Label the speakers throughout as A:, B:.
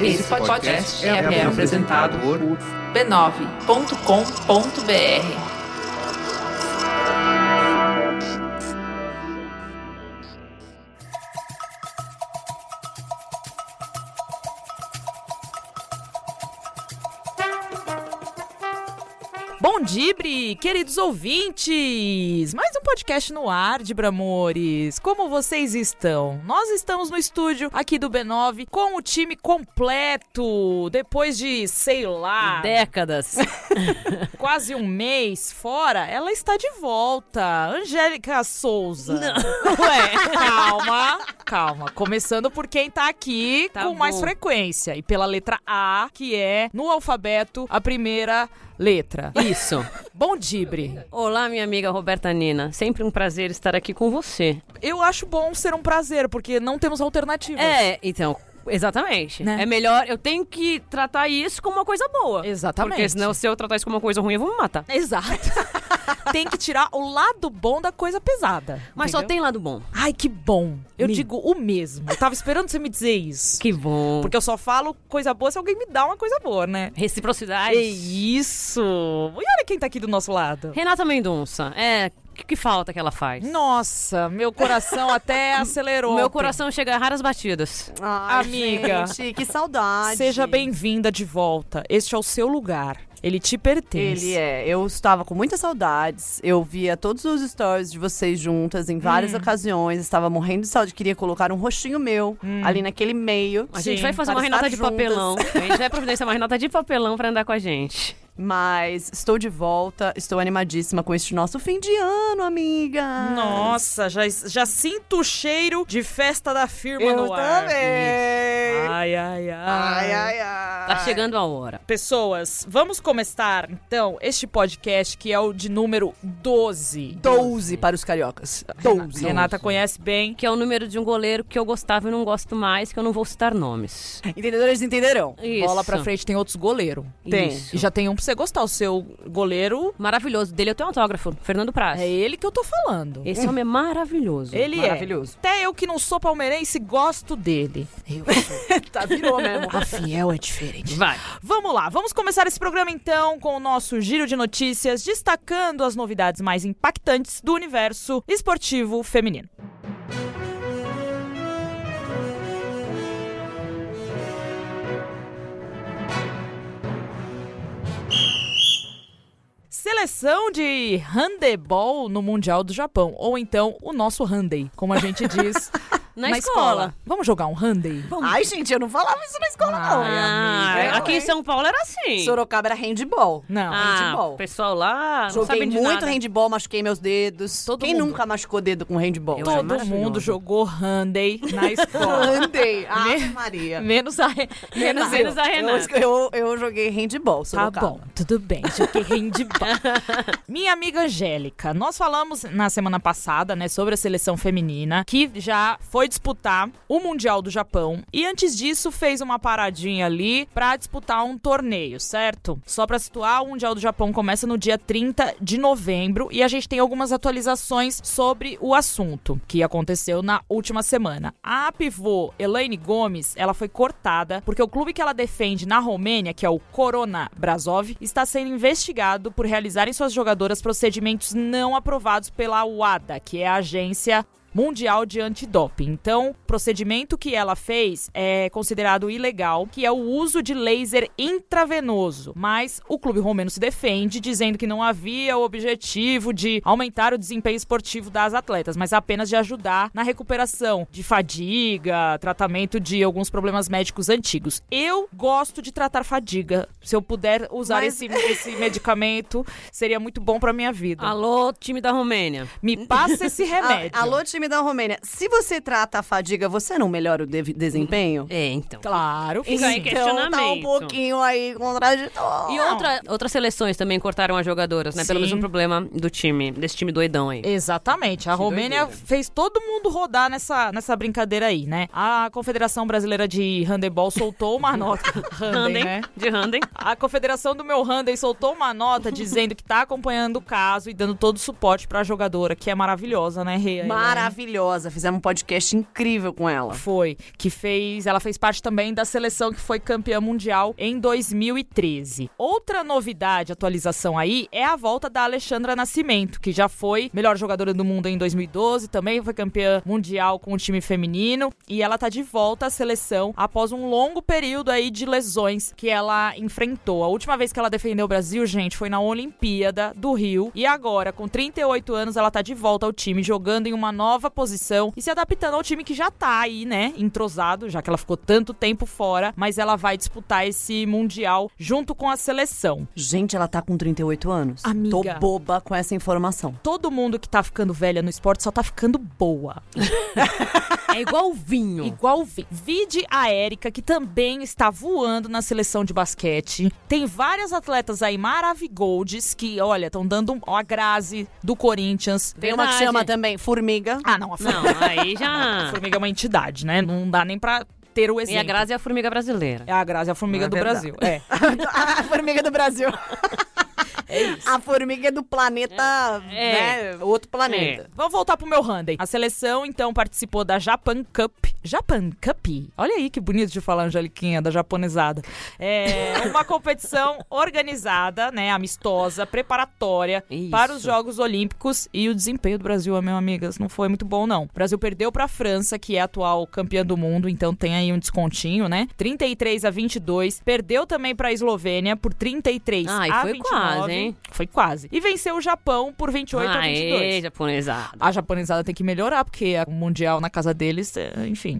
A: Esse podcast é, apresentado por b9.com.br.
B: Bom Dibre, queridos ouvintes! Mais um podcast no ar, Dibramores. Como vocês estão? Nós estamos no estúdio aqui do B9 com o time completo. Depois de, sei lá,
C: décadas.
B: quase um mês fora, ela está de volta. Angélica Souza. Ué, calma, calma. Começando por quem tá aqui
C: Tá
B: com mais
C: bom.
B: frequência e pela letra A, que é no alfabeto a primeira letra.
C: Isso.
B: Bom Dibre,
C: Olá, minha amiga Roberta Nina. Sempre um prazer estar aqui com você.
B: eu acho bom ser um prazer, porque não temos alternativas.
C: É, então, exatamente.
B: Né?
C: É melhor, eu tenho que tratar isso como uma coisa boa.
B: Exatamente.
C: Porque senão se eu tratar isso como uma coisa ruim, eu vou me matar.
B: Exato. Tem que tirar o lado bom da coisa pesada.
C: Mas só
B: entendeu?
C: tem lado bom.
B: Ai, que bom. Eu
C: Me-
B: digo o mesmo. Eu tava esperando você me dizer isso.
C: Que bom.
B: Porque eu só falo coisa boa se alguém me dá uma coisa boa, né? É
C: Reciprocidade.
B: isso. E olha quem tá aqui do nosso lado.
C: Renata Mendonça. É, que, que falta que ela faz?
B: Nossa, meu coração até acelerou.
C: Meu
B: ontem.
C: coração chega a raras batidas.
D: Ai,
B: Amiga.
D: gente, que saudade.
B: Seja bem-vinda de volta. Este é o seu lugar. Ele te pertence.
D: Ele é. Eu estava com muitas saudades. Eu via todos os stories de vocês juntas em várias
C: Hum.
D: ocasiões. Estava morrendo de saudade. Queria colocar um rostinho meu ali naquele meio.
C: Hum. A
B: Sim,
C: gente vai fazer
D: para
C: uma Renata
D: estar
C: de
D: juntas.
C: papelão. A gente vai providenciar uma Renata de papelão pra andar com a gente.
D: Mas estou de volta. Estou animadíssima com este nosso fim de ano, amiga.
B: Nossa, já, já sinto o cheiro de festa da firma
D: Eu
B: no ar.
D: também.
B: Ai, ai, ai.
D: Ai, ai, ai.
C: Tá chegando a hora.
B: Pessoas, vamos começar então este podcast que é o de número 12.
D: 12 para os cariocas. 12.
B: Renata conhece bem.
C: que é o número de um goleiro que eu gostava e não gosto mais, que eu não vou citar nomes.
D: Entendedores entenderão.
C: Isso.
B: Bola pra frente tem outros goleiro.
D: Tem.
C: Isso.
B: E já tem um pra você gostar. O seu goleiro
C: Maravilhoso. Dele eu tenho um autógrafo, Fernando Praz.
B: é ele que eu tô falando.
C: Esse homem é maravilhoso.
B: Ele
D: Maravilhoso.
B: é. Até eu que não sou palmeirense gosto dele. Eu sou.
D: Tá, virou mesmo.
B: A fiel é diferente.
C: Vai.
B: Vamos lá, vamos começar esse programa então com o nosso giro de notícias, destacando as novidades mais impactantes do universo esportivo feminino. Seleção de handebol no Mundial do Japão, ou então o nosso handei, como a gente diz
C: Na, escola.
B: Vamos jogar um handei?
D: Ai, gente, eu não falava isso na escola, não.
B: Ai,
C: Ah,
D: amiga,
C: aqui
D: eu,
C: em São Paulo era assim.
D: Sorocaba era handball.
B: Não.
C: ah,
D: handball.
C: o pessoal lá
B: Ah,
C: não
D: Joguei
C: sabe de
D: muito
C: nada.
D: handball, machuquei meus dedos.
B: Todo
D: Quem
B: mundo.
D: nunca machucou dedo com handball?
C: Eu acho
B: Todo
C: maravilhoso.
B: mundo jogou handei na escola.
D: Andei. Ah, Maria.
B: Menos a, Re- menos eu.
C: Menos a Renata.
D: Eu, eu, eu joguei handball,
B: Tá
D: Sorocaba.
B: bom, tudo bem, joguei handball. Minha amiga Angélica, nós falamos na semana passada, né, sobre a seleção feminina, que já foi disputar o Mundial do Japão e antes disso fez uma paradinha ali pra disputar um torneio, certo? Só pra situar, o Mundial do Japão começa no dia 30 de novembro e a gente tem algumas atualizações sobre o assunto que aconteceu na última semana. A pivô Elaine Gomes, ela foi cortada porque o clube que ela defende na Romênia, que é o Corona Brasov, está sendo investigado por realizar em suas jogadoras procedimentos não aprovados pela UADA, que é a agência mundial de antidoping. Então, o procedimento que ela fez é considerado ilegal, que é o uso de laser intravenoso. Mas o clube romeno se defende, dizendo que não havia o objetivo de aumentar o desempenho esportivo das atletas, mas apenas de ajudar na recuperação de fadiga, tratamento de alguns problemas médicos antigos. Eu gosto de tratar fadiga. Se eu puder usar
D: Mas-
B: esse, esse medicamento, seria muito bom para minha vida.
C: Alô, time da Romênia.
B: Me passa esse
D: Ah,
B: remédio.
D: Alô, time da Romênia. Se você trata a fadiga, você não melhora o de- desempenho?
C: É, então.
B: Claro,
C: Fica
B: sim.
C: aí que-
D: Então tá um
C: questionamento.
D: pouquinho aí contraditório.
C: E outra, outras seleções também cortaram as jogadoras, né? Pelo
B: Sim.
C: mesmo problema do time, desse time doidão aí.
B: Exatamente. A Romênia fez todo mundo rodar nessa, nessa brincadeira aí, né? A Confederação Brasileira de Handebol soltou uma nota. Handem, né?
C: de Handen.
B: A Confederação do Meu Handem soltou uma nota dizendo que tá acompanhando o caso e dando todo o suporte pra jogadora, que é maravilhosa, né, Rê? A Elaine.
D: maravilhosa. Fizemos um podcast incrível com ela.
B: Foi, que fez, ela fez parte também da seleção que foi campeã mundial em 2013. Outra novidade, atualização aí, é a volta da Alexandra Nascimento, que já foi melhor jogadora do mundo em 2012, também foi campeã mundial com o time feminino, e ela tá de volta à seleção após um longo período aí de lesões que ela enfrentou. A última vez que ela defendeu o Brasil, gente, foi na Olimpíada do Rio, e agora, com 38 anos, ela tá de volta ao time, jogando em uma nova posição e se adaptando ao time que já tá aí, né, entrosado, já que ela ficou tanto tempo fora, mas ela vai disputar esse Mundial junto com a seleção.
D: Gente, ela tá com 38 anos.
B: Amiga.
D: Tô boba com essa informação.
B: Todo mundo que tá ficando velha no esporte só tá ficando boa.
C: É igual o vinho.
B: Igual vi. Vide a Érica, que também está voando na seleção de basquete. Tem várias atletas aí maravigoldes que, olha, estão dando um- ó, a Grazi do Corinthians.
D: Tem uma que
C: Verdade.
D: chama também Formiga.
B: Ah, não, a Formiga,
C: Não, aí já.
B: Formiga é uma entidade, né? Não dá nem pra ter o
C: E a
B: exemplo.
C: Grazi é a formiga brasileira.
B: É a Grazi, a Formiga
D: É
B: do
D: verdade.
B: Brasil. É.
D: a Formiga do Brasil. A formiga é do planeta,
C: É.
D: né? Outro planeta.
B: Vamos voltar pro meu Handem. A seleção, então, participou da Japan Cup. Japan Cup? Olha aí que bonito de falar, Angeliquinha, da japonesada. É uma competição organizada, né, amistosa, preparatória
C: Isso.
B: para os Jogos Olímpicos. E o desempenho do Brasil, meu amigas, não foi muito bom, não. O Brasil perdeu pra França, que é a atual campeã do mundo, então tem aí um descontinho, né? 33 a 22. Perdeu também pra Eslovênia por 33
C: Ai,
B: a
C: foi
B: 29.
C: quase, hein?
B: Foi quase. E venceu o Japão por 28 a 22.
C: Aê, japonesada.
B: A japonesada tem que melhorar, porque o mundial na casa deles, é, enfim.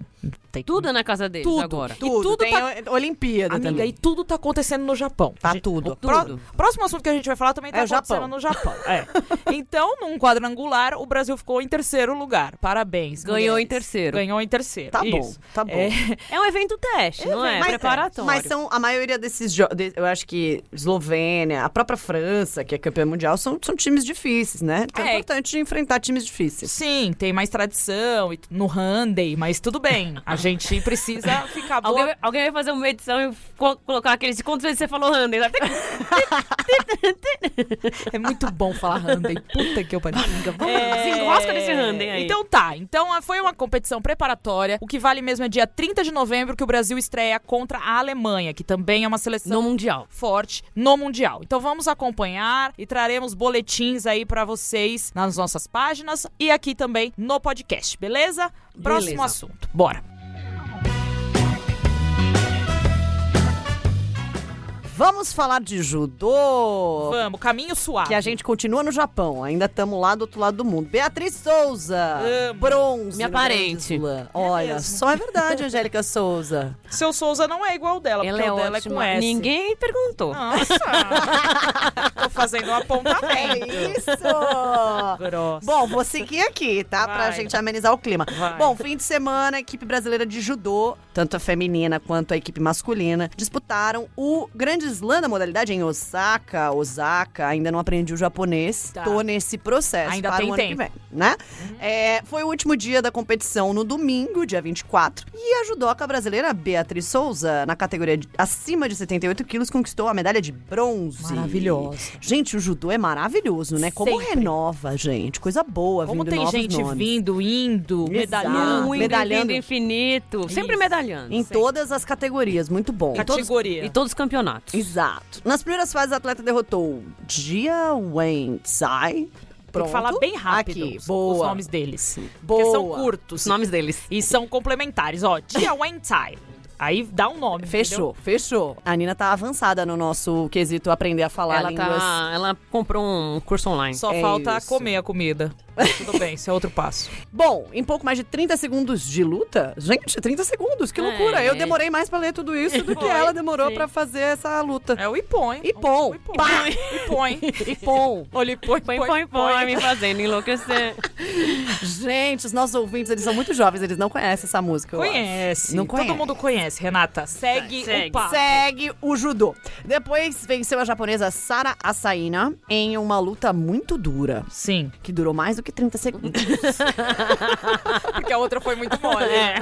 B: Tem
C: Tudo é na casa deles
B: Tudo.
C: agora.
D: Tudo.
B: E tudo
D: Tem
B: tá-
D: a Olimpíada
B: Amiga,
D: também.
B: e tudo tá acontecendo no Japão.
D: Tá
B: Gente,
D: tudo.
B: o pró-
C: Tudo.
B: Próximo assunto que a gente vai falar também tá
D: É o
B: acontecendo
D: Japão.
B: no Japão. É. Então, num quadrangular, o Brasil ficou em terceiro lugar. Parabéns.
C: Ganhou em
B: mulheres.
C: terceiro.
B: Ganhou em terceiro.
D: Tá bom,
B: Isso.
D: tá bom.
B: É, um
C: É um evento teste, não é?
D: Mas-
C: Preparatório.
D: Mas são a maioria desses jogos. Eu acho que Eslovênia, a própria França, que é campeã mundial, são, são times difíceis, né? Então é,
B: É.
D: importante enfrentar times difíceis.
B: sim, tem mais tradição e t- no Handei, mas tudo bem. A gente precisa ficar boa.
C: Alguém, vai- alguém vai fazer uma edição e co- colocar aqueles de quantas vezes você falou Randy.
B: É muito bom falar Handei. Puta que eu pariu. É.
C: Se enrosca nesse Handem aí.
B: Então tá, então ah, foi uma competição preparatória. O que vale mesmo é dia 30 de novembro que o Brasil estreia contra a Alemanha, que também é uma seleção
C: no Mundial.
B: forte no Mundial. Então vamos acompanhar e traremos boletins aí pra vocês nas nossas páginas e aqui também no podcast, beleza? Próximo
C: Beleza.
B: assunto. Bora.
D: Vamos falar de judô.
B: Vamos, caminho suave.
D: Que a gente continua no Japão, ainda estamos lá do outro lado do mundo. Beatriz Souza,
B: Amo.
D: Ah, bronze.
C: Ah, Minha
D: no Grande
C: parente.
D: Slam. Olha, só é verdade, Angélica Souza.
B: Seu Souza não é igual dela,
C: Ela
B: porque
C: é
B: o dela é com
C: ótima.
B: S.
C: Ninguém perguntou.
B: Nossa. Tô fazendo um apontamento.
D: É isso!
B: Grossa.
D: Bom, vou seguir aqui, tá? Pra
B: Vai.
D: gente amenizar o clima.
B: Vai.
D: Bom, fim de semana, a equipe brasileira de judô, tanto a feminina quanto a equipe masculina, disputaram o Grande Slam da modalidade em Osaka. Osaka, ainda não aprendi o japonês.
B: Tá.
D: Tô nesse processo
B: Ainda
D: para
B: tem
D: o ano que
B: tempo.
D: vem, né?
B: Uhum.
D: É, foi o último dia da competição no domingo, dia 24, e a judoca brasileira Beatriz Souza, na categoria de- acima de 78 quilos, conquistou a medalha de bronze.
B: Maravilhosa.
D: Gente, o judô é maravilhoso, né? Como
B: Sempre.
D: renova, gente. Coisa boa
B: Como
D: vindo
B: tem
D: novos
B: gente
D: nomes.
B: vindo, indo, medalhando. É
C: Muito
D: Medalhando.
C: medalhando infinito. Sempre
B: Isso. Então,
C: medalhando.
D: Em todas as categorias, muito bom.
B: Categoria.
C: Em todos os campeonatos.
D: Exato. Nas primeiras fases, a atleta derrotou Jia Wen Tsai.
B: Tem
D: Pronto.
B: que falar bem rápido
D: Aqui,
B: os,
D: boa.
B: os nomes deles.
D: Boa.
B: Porque são curtos.
C: Os nomes deles.
B: E são complementares. Ó, Dia Wentai. Aí dá um nome.
D: Fechou,
B: entendeu?
D: fechou. A Nina tá avançada no nosso quesito aprender a falar
C: Ela,
D: línguas.
C: tá, ela comprou um curso online.
B: Só
D: É
B: falta
D: isso.
B: comer a comida. Tudo bem, isso é outro passo.
D: Bom, em pouco mais de 30 segundos de luta. Gente, 30 segundos, que
C: É.
D: loucura. Eu demorei mais pra ler tudo isso do que
B: Foi,
D: ela demorou
C: sim.
D: pra fazer essa luta.
B: É o Ipon.
D: Ippon.
B: O Ipon. Ipon.
D: Bom,
B: Olha, Ipon,
C: Põe, põe, põe, me fazendo enlouquecer.
D: gente, os nossos ouvintes, eles são muito jovens, eles não conhecem essa música. eu acho.
B: Conhece.
D: Não conhece.
B: Todo mundo conhece, Renata. Segue,
C: Segue.
B: o papo.
D: Segue o judô. Depois venceu a japonesa Sara Asaina em uma luta muito dura,
B: Sim.
D: que durou mais do que 30 segundos.
B: Porque a outra foi muito mole.
C: É.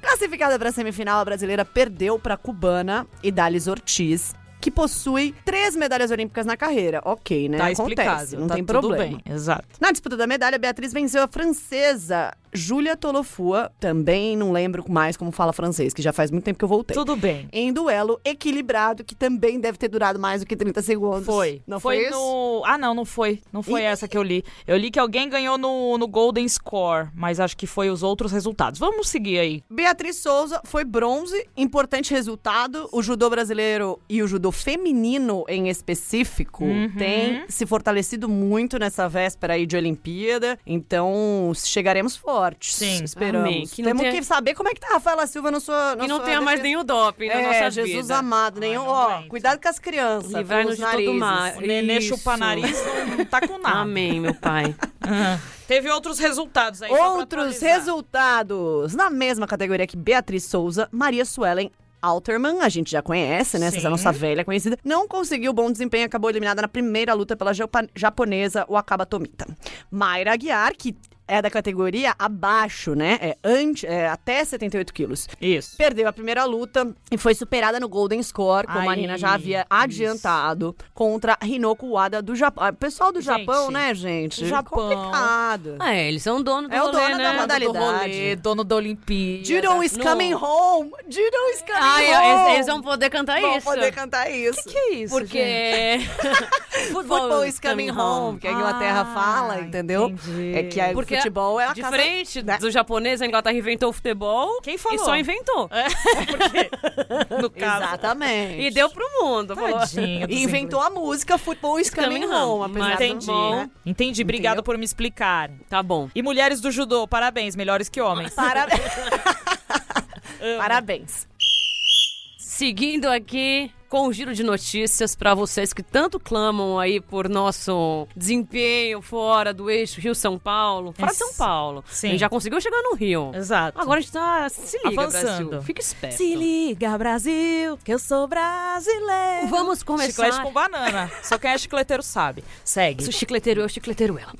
D: Classificada para a semifinal, a brasileira perdeu para a cubana Idalis Ortiz. que possui três medalhas olímpicas na carreira. Ok, né?
B: Tá
D: Acontece,
B: explicado.
D: não
B: tá
D: tem
B: tudo
D: problema.
B: bem. Exato.
D: Na disputa da medalha, Beatriz venceu a francesa Júlia Tolofua, também não lembro mais como fala francês, que já faz muito tempo que eu voltei.
B: Tudo bem.
D: Em duelo equilibrado, que também deve ter durado mais do que 30 segundos.
B: Foi.
D: Não
B: foi,
D: foi, isso?
B: no. Ah, não, não foi. Não foi
D: E-
B: essa que eu li. Eu li que alguém ganhou no, no Golden Score, mas acho que foi os outros resultados. Vamos seguir aí.
D: Beatriz Souza foi bronze, importante resultado. O judô brasileiro e o judô feminino em específico
B: Uhum.
D: tem se fortalecido muito nessa véspera aí de Olimpíada. Então, chegaremos fortes.
B: Sim.
D: esperamos.
C: Amém. Que não
D: Temos
C: tenha-
D: que saber como é que tá a Rafaela Silva na sua. na
C: E não
D: sua
C: tenha mais
D: defesa.
C: nenhum doping né, na nossa
D: É, Jesus
C: vida.
D: amado, nenhum.
B: não
D: Ó,
B: aguento.
D: cuidado com as crianças. com os
C: Livrai-nos de todo né,
D: narizes.
C: mal.
B: O nenê
C: Isso.
B: chupa nariz não, não tá com nada.
C: Amém, meu pai.
B: Ah. Teve outros resultados tá aí. só pra
D: Outros
B: atualizar.
D: resultados. Na mesma categoria que Beatriz Souza, Maria Suelen Alterman, a gente já conhece, né? Essa é
B: Sim.
D: a nossa velha conhecida. Não conseguiu bom desempenho, acabou eliminada na primeira luta pela japa- japonesa Wakaba Tomita. Mayra Aguiar, que é da categoria abaixo, né? É, ante, é até 78 quilos.
B: Isso.
D: Perdeu a primeira luta e foi superada no Golden Score, como a
B: Ai,
D: Nina já havia
B: isso.
D: adiantado, contra Hinoko Wada do Japão. Pessoal do
B: Gente,
D: Japão, né, gente?
B: Japão.
D: Complicado.
C: Ah, é, eles são dono do
D: É o
C: rolê,
D: dono
C: né?
D: da
B: Dono
D: modalidade.
B: do rolê, dono da Olimpíada.
D: Judo is
C: No-
D: coming home! Judo is coming
C: Ai,
D: home!
C: eles, eles vão poder cantar
D: Vão
C: isso.
D: poder cantar isso.
B: Que é isso? gente?
C: Porque.
D: Futebol is coming home, que a Inglaterra
B: Ah,
D: fala, entendeu?
B: entendi.
D: É que aí
C: Porque
D: o futebol é a casa...
C: Diferente
D: né?
C: do japonês, a Inglaterra inventou o futebol.
B: Quem falou?
C: E só inventou.
D: É.
C: É
B: No caso.
D: Exatamente.
C: E deu pro mundo. falou-
B: Tadinho dos
D: E inventou a música Futebol is coming,
C: coming
D: home,
C: home,
D: apesar
C: mas-
B: Entendi.
D: do bom. né?
B: Entendi. Obrigado por me explicar.
C: Tá bom.
B: E mulheres do judô, parabéns, melhores que homens.
D: Parabéns. Parabéns.
C: Seguindo aqui com o giro de notícias pra vocês que tanto clamam aí por nosso desempenho fora do eixo Rio-São Paulo. Fora de
B: Isso.
C: São Paulo.
B: É Sim.
C: A gente já conseguiu chegar no Rio.
B: Exato.
C: Agora a gente tá. Se liga,
B: Avançando.
C: Brasil. Fica esperto.
B: se liga, Brasil, que eu sou brasileiro.
C: Vamos começar.
B: Chiclete com banana. Só quem é chicleteiro sabe. Segue.
C: Se o chicleteiro eu, o chicleteiro ela.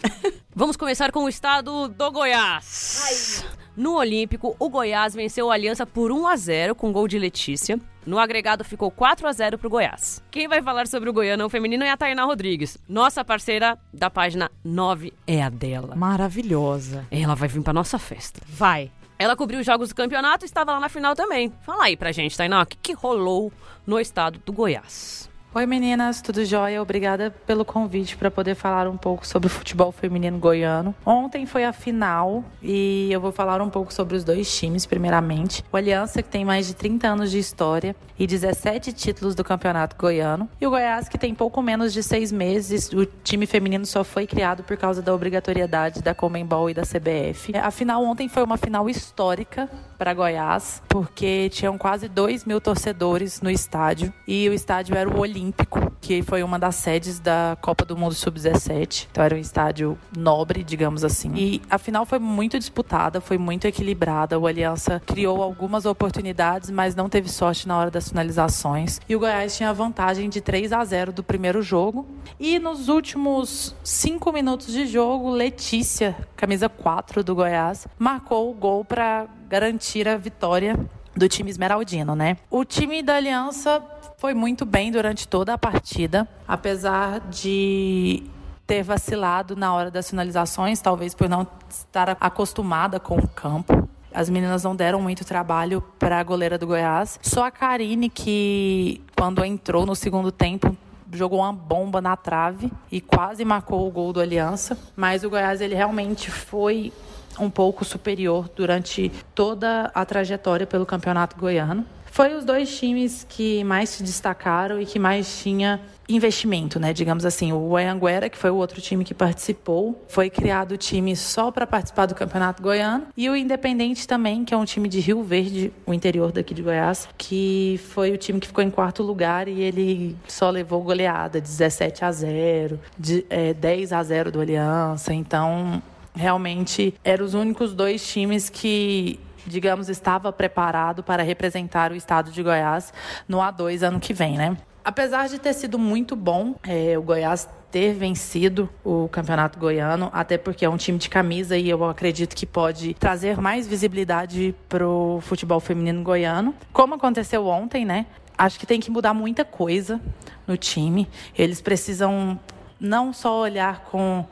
C: Vamos começar com o estado do Goiás. No Olímpico, o Goiás venceu a Aliança por 1 a 0 com gol de Letícia. No agregado ficou 4 a 0 pro Goiás. Quem vai falar sobre o Goianão feminino é a Tainá Rodrigues. Nossa parceira da página 9 é a dela.
B: Maravilhosa.
C: Ela vai vir pra nossa festa.
B: Vai.
C: Ela cobriu os jogos do campeonato e estava lá na final também. Fala aí pra gente, Tainá, o que, que rolou no estado do Goiás?
E: Oi meninas, tudo jóia? Obrigada pelo convite para poder falar um pouco sobre o futebol feminino goiano. Ontem foi a final e eu vou falar um pouco sobre os dois times, primeiramente. O Aliança, que tem mais de 30 anos de história e 17 títulos do Campeonato Goiano. E o Goiás, que tem pouco menos de seis meses. O time feminino só foi criado por causa da obrigatoriedade da Comembol e da CBF. É, A final ontem foi uma final histórica para Goiás, porque tinham quase 2 mil torcedores no estádio. E o estádio era o Olímpico, que foi uma das sedes da Copa do Mundo Sub-17. Então era um estádio nobre, digamos assim. E a final foi muito disputada, foi muito equilibrada. O Aliança criou algumas oportunidades, mas não teve sorte na hora das finalizações. E o Goiás tinha a vantagem de 3 a 0 do primeiro jogo. E nos últimos cinco minutos de jogo, Letícia, camisa 4 do Goiás, marcou o gol para garantir a vitória do time esmeraldino, né? O time da Aliança foi muito bem durante toda a partida, apesar de ter vacilado na hora das finalizações, talvez por não estar acostumada com o campo. As meninas não deram muito trabalho para a goleira do Goiás. Só a Karine, que quando entrou no segundo tempo, jogou uma bomba na trave e quase marcou o gol do Aliança, mas o Goiás ele realmente foi um pouco superior durante toda a trajetória pelo Campeonato Goiano. Foi os dois times que mais se destacaram e que mais tinha investimento, né? Digamos assim, o Anhanguera, que foi o outro time que participou, foi criado o time só para participar do Campeonato Goiano, e o Independente também, que é um time de Rio Verde, o interior daqui de Goiás, que foi o time que ficou em quarto lugar e ele só levou goleada 17 a 0, de, é, 10 a 0 do Aliança, então realmente eram os únicos dois times que digamos, estava preparado para representar o estado de Goiás no A2 ano que vem, né? Apesar de ter sido muito bom, eh, o Goiás ter vencido o Campeonato Goiano, até porque é um time de camisa e eu acredito que pode trazer mais visibilidade pro futebol feminino goiano, como aconteceu ontem, né? Acho que tem que mudar muita coisa no time. Eles precisam não só olhar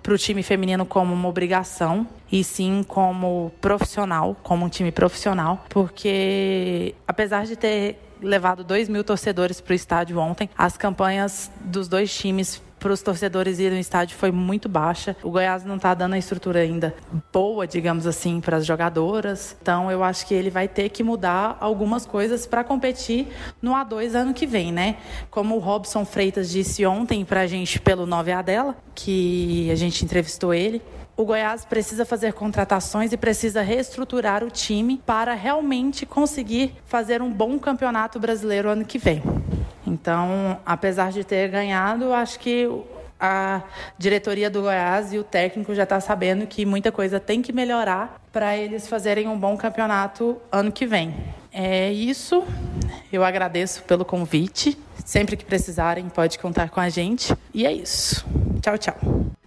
E: para o time feminino como uma obrigação, e sim como profissional, como um time profissional, porque apesar de ter levado 2 mil torcedores para o estádio ontem, as campanhas dos dois times para os torcedores irem ao estádio foi muito baixa. O Goiás não está dando a estrutura ainda boa, digamos assim, para as jogadoras. Então eu acho que ele vai ter que mudar algumas coisas para competir no A2 ano que vem, né? Como o Robson Freitas disse ontem para a gente pelo 9A dela, que a gente entrevistou ele, o Goiás precisa fazer contratações e precisa reestruturar o time para realmente conseguir fazer um bom campeonato brasileiro ano que vem. Então, apesar de ter ganhado, acho que a diretoria do Goiás e o técnico já está sabendo que muita coisa tem que melhorar para eles fazerem um bom campeonato ano que vem. É isso. Eu agradeço pelo convite. Sempre que precisarem, pode contar com a gente. E é isso. Tchau, tchau.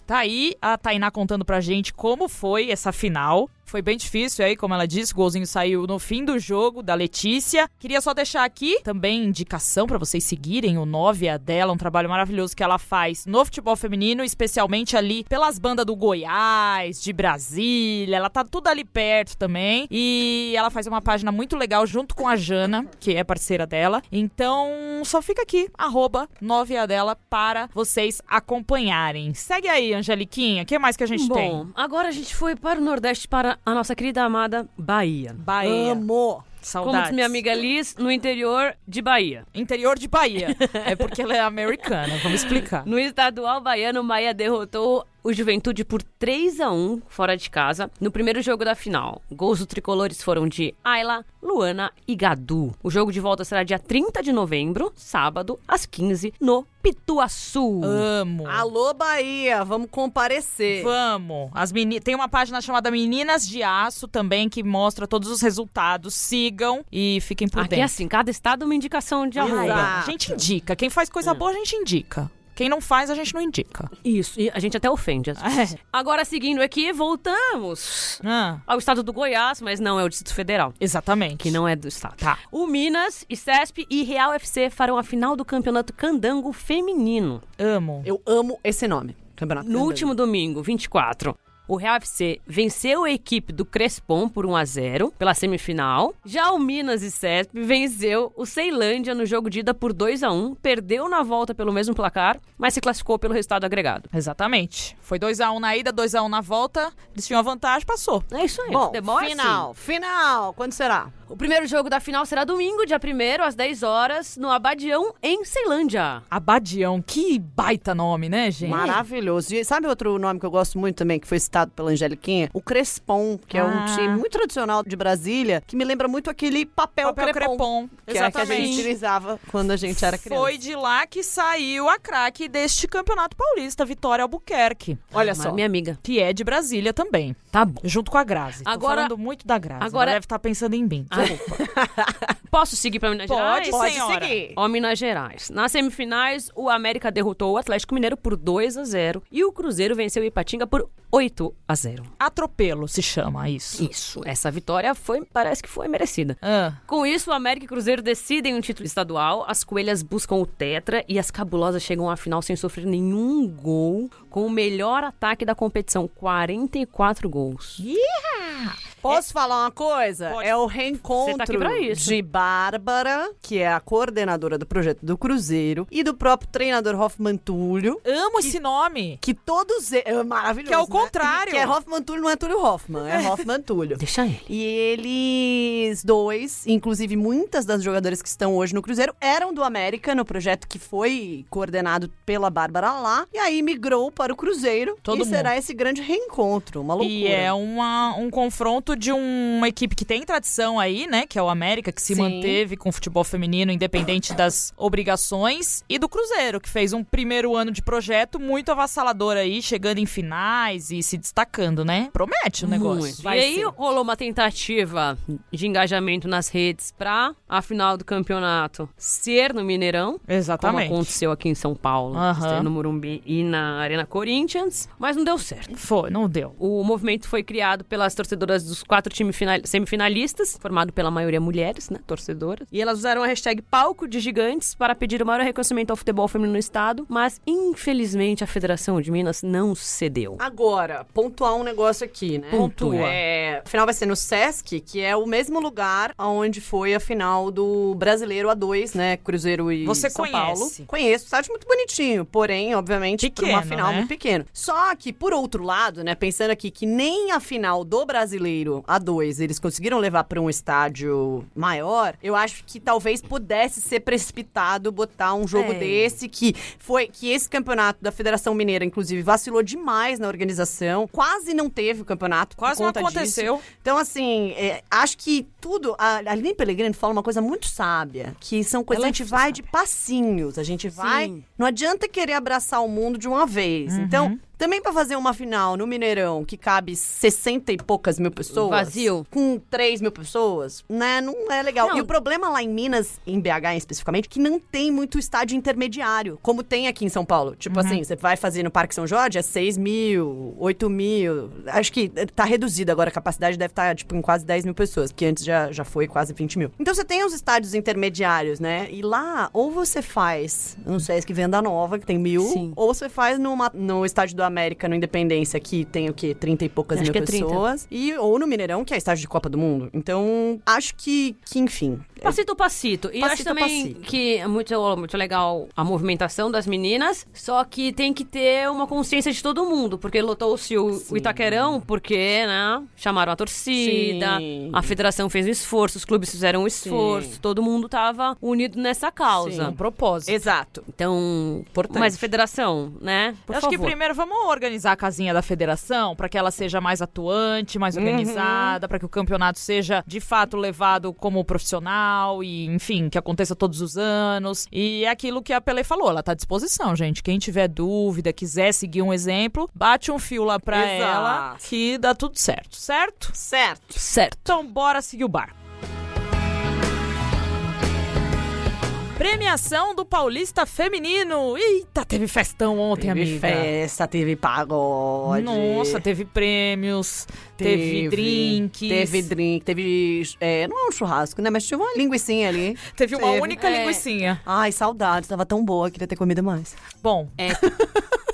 B: Tá aí a Tainá contando pra gente como foi essa final. Foi bem difícil aí, como ela disse, o golzinho saiu no fim do jogo da Letícia. Queria só deixar aqui também indicação para vocês seguirem o 9 a dela, um trabalho maravilhoso que ela faz no futebol feminino, especialmente ali pelas bandas do Goiás, de Brasília, ela tá tudo ali perto também. E ela faz uma página muito legal junto com a Jana, que é parceira dela. Então, só fica aqui arroba 9 a dela para vocês acompanharem. Segue aí, Angeliquinha, o que mais que a gente
C: Bom,
B: tem?
C: agora a gente foi para o Nordeste, para a nossa querida amada Bahia.
B: Bahia.
D: Amo!
B: Saudades.
C: Como diz minha amiga Liz, no interior de Bahia.
B: Interior de Bahia. é porque ela é americana, vamos explicar.
C: No estadual baiano, o Bahia derrotou o Juventude por 3 a 1 fora de casa no primeiro jogo da final. Gols do tricolores foram de Ayla, Luana e Gadu. O jogo de volta será dia 30 de novembro, sábado, às 15 no Pituaçu.
B: Amo.
D: Alô, Bahia! Vamos comparecer.
B: Vamos. As meni... Tem uma página chamada Meninas de Aço também que mostra todos os resultados. Sigam e fiquem por
C: Aqui é
B: dentro.
C: assim, cada estado uma indicação de arroba.
B: A gente indica. Quem faz
D: É.
B: coisa boa, a gente indica. Quem não faz, a gente não indica. É.
C: Isso, e a gente até ofende. às vezes. Agora, seguindo aqui, voltamos
B: Ah,
C: ao estado do Goiás, mas não é o Distrito Federal.
B: exatamente.
C: que não é do estado.
B: Tá.
C: O Minas, ICESP e Real FC farão a final do Campeonato Candango Feminino.
B: Amo.
D: Eu amo esse nome. Campeonato
C: No último domingo, 24, o Real FC venceu a equipe do Crespon por 1 a 0 pela semifinal. Já o Minas ICESP venceu o Ceilândia no jogo de ida por 2 a 1 perdeu na volta pelo mesmo placar, mas se classificou pelo resultado agregado.
B: Exatamente. Foi 2x1 na ida, 2x1 na volta. Eles tinham a vantagem, passou.
C: É isso aí.
D: Bom,
C: futebol
B: assim.
C: é
D: final, final. Quando será?
C: assim. O primeiro jogo da final será domingo, dia 1 às 10 horas, no Abadião, em Ceilândia.
B: Abadião, que baita nome, né, gente?
D: Maravilhoso. E sabe outro nome que eu gosto muito também, que foi citado pela Angeliquinha? O Crespon, que é
B: Ah.
D: um time muito tradicional de Brasília, que me lembra muito aquele papel,
B: Papel É crepom.
D: Que era que a gente
B: Exatamente.
D: utilizava quando a gente era criança.
B: Foi de lá que saiu a craque deste Campeonato Paulista, Vitória Albuquerque,
D: Olha
C: Mas
D: só.
C: Minha amiga.
B: que é de Brasília também,
C: Tá bom.
B: junto com a Grazi.
C: Agora-
B: Tô falando muito da Grazi.
C: agora-
B: Ela deve estar pensando em mim.
C: Ah, Posso seguir pra Minas Gerais?
B: Pode, senhora.
C: Ó, Minas Gerais. Nas semifinais, o América derrotou o Atlético Mineiro por 2 a 0 e o Cruzeiro venceu o Ipatinga por 8 a 0.
B: Atropelo se chama isso.
C: Isso, essa vitória foi, parece que foi merecida.
B: Ah,
C: Com isso, o América e o Cruzeiro decidem um título estadual, as Coelhas buscam o Tetra e as Cabulosas chegam à final sem sofrer nenhum gol, com o melhor ataque da competição, 44 gols.
D: Posso falar uma coisa?
B: É. Pode.
D: É o
C: Você tá aqui
D: reencontro
C: pra isso.
D: de Bárbara, que é a coordenadora do projeto do Cruzeiro, e do próprio treinador Hoffman Túlio.
B: amo esse nome.
D: Que todos. e- É maravilhoso.
B: Que é o
D: né?
B: contrário.
D: Que é Hoffman Túlio, não é Túlio Hoffman, é Hoffman Túlio.
C: Deixa ele.
D: E eles dois, inclusive muitas das jogadoras que estão hoje no Cruzeiro, eram do América, no projeto que foi coordenado pela Bárbara lá, e aí migrou para o Cruzeiro.
B: Todo
D: e
B: mundo.
D: será esse grande reencontro, uma loucura.
B: E é uma- um confronto de um- uma equipe que tem tradição aí, né? Que é o América, que se
D: Sim.
B: manteve com o futebol feminino, independente das obrigações, e do Cruzeiro, que fez um primeiro ano de projeto muito avassalador aí, chegando em finais e se destacando, né? Promete o negócio.
C: Muito.
D: Vai
C: e aí
D: ser.
C: rolou uma tentativa de engajamento nas redes pra a final do campeonato ser no Mineirão.
B: Exatamente.
C: Como aconteceu aqui em São Paulo,
B: Aham.
C: no Morumbi e na Arena Corinthians, mas não deu certo.
B: Foi, não deu.
C: O movimento foi criado pelas torcedoras do os quatro times final- semifinalistas, formado pela maioria mulheres, né, torcedoras. E elas usaram a hashtag palco de gigantes para pedir o maior reconhecimento ao futebol feminino no estado, mas infelizmente a Federação de Minas não cedeu.
D: Agora, pontuar um negócio aqui, né?
C: Pontua.
D: É, a final vai ser no Sesc, que é o mesmo lugar onde foi a final do Brasileiro A2, né? Cruzeiro e
B: Você
D: São
B: conhece?
D: Paulo. Conheço, estádio muito bonitinho, porém, obviamente, pra uma
B: Pequeno,
D: final
B: né?
D: muito pequeno. Só que, por outro lado, né, pensando aqui que nem a final do Brasileiro A2 eles conseguiram levar pra um estádio maior, eu acho que talvez pudesse ser precipitado botar um jogo
C: É.
D: desse esse que foi que esse campeonato da Federação Mineira, inclusive, vacilou demais na organização. Quase não teve o campeonato. por
B: Quase não
D: conta disso.
B: aconteceu.
D: Então, assim, é, acho que tudo. A a Aline Pellegrino fala uma coisa muito sábia: que são coisas
C: Ela
D: que a gente
C: é
D: vai de passinhos. A gente vai.
C: Sim. Uhum.
D: Não adianta querer abraçar o mundo de uma vez. Então. Também pra fazer uma final no Mineirão que cabe 60 e poucas mil pessoas.
C: Vazio.
D: Com 3 mil pessoas, né? Não é legal.
C: Não.
D: E o problema lá em Minas, em BH especificamente, que não tem muito estádio intermediário, como tem aqui em São Paulo. Tipo
C: Uhum.
D: assim, você vai fazer no Parque São Jorge, é 6 mil, 8 mil. Acho que eh, tá reduzida agora, a capacidade deve estar tipo, em quase 10 mil pessoas, porque antes já, já foi quase 20 mil. Então você tem os estádios intermediários, né? E lá, ou você faz no Sesc Venda Nova, que tem mil,
C: Sim.
D: ou você faz numa, no estádio do América, no Independência, que tem o quê? 30 e poucas
C: Acho
D: mil
C: que é 30.
D: pessoas. E, ou no Mineirão, que é estádio de Copa do Mundo. Então, acho que, que enfim.
C: Passito a passito. E
D: Passito
C: acho
D: a
C: também
D: passito.
C: que é muito, muito legal a movimentação das meninas, só que tem que ter uma consciência de todo mundo, porque lotou-se o, o Itaquerão, porque, né, chamaram a torcida,
D: Sim.
C: a federação fez um esforço, os clubes fizeram um esforço, todo mundo tava unido nessa causa.
B: Um propósito.
D: Exato.
C: Então,
D: Importante.
C: mas federação, né, por
B: Eu acho
C: favor.
B: que primeiro vamos organizar a casinha da federação para que ela seja mais atuante,
C: Uhum.
B: mais organizada, pra para que o campeonato seja de fato levado como profissional e, enfim, que aconteça todos os anos. E é aquilo que a Pelé falou, ela tá à disposição, gente. Quem tiver dúvida, quiser seguir um exemplo, bate um fio lá pra
D: Exato.
B: ela que dá tudo certo, certo?
D: Certo.
C: Certo.
B: Então bora seguir o bar. Premiação do Paulista Feminino. Eita, teve festão ontem,
D: teve
B: amiga.
D: festa, teve pagode.
B: Nossa, teve prêmios, teve, drinks.
D: Teve drink, teve. é, não é um churrasco, né? Mas tinha uma linguicinha ali.
B: Teve uma
D: teve.
B: única
C: É.
B: linguicinha.
D: Ai, saudades, tava tão boa, queria ter comido mais.
B: Bom,
C: É,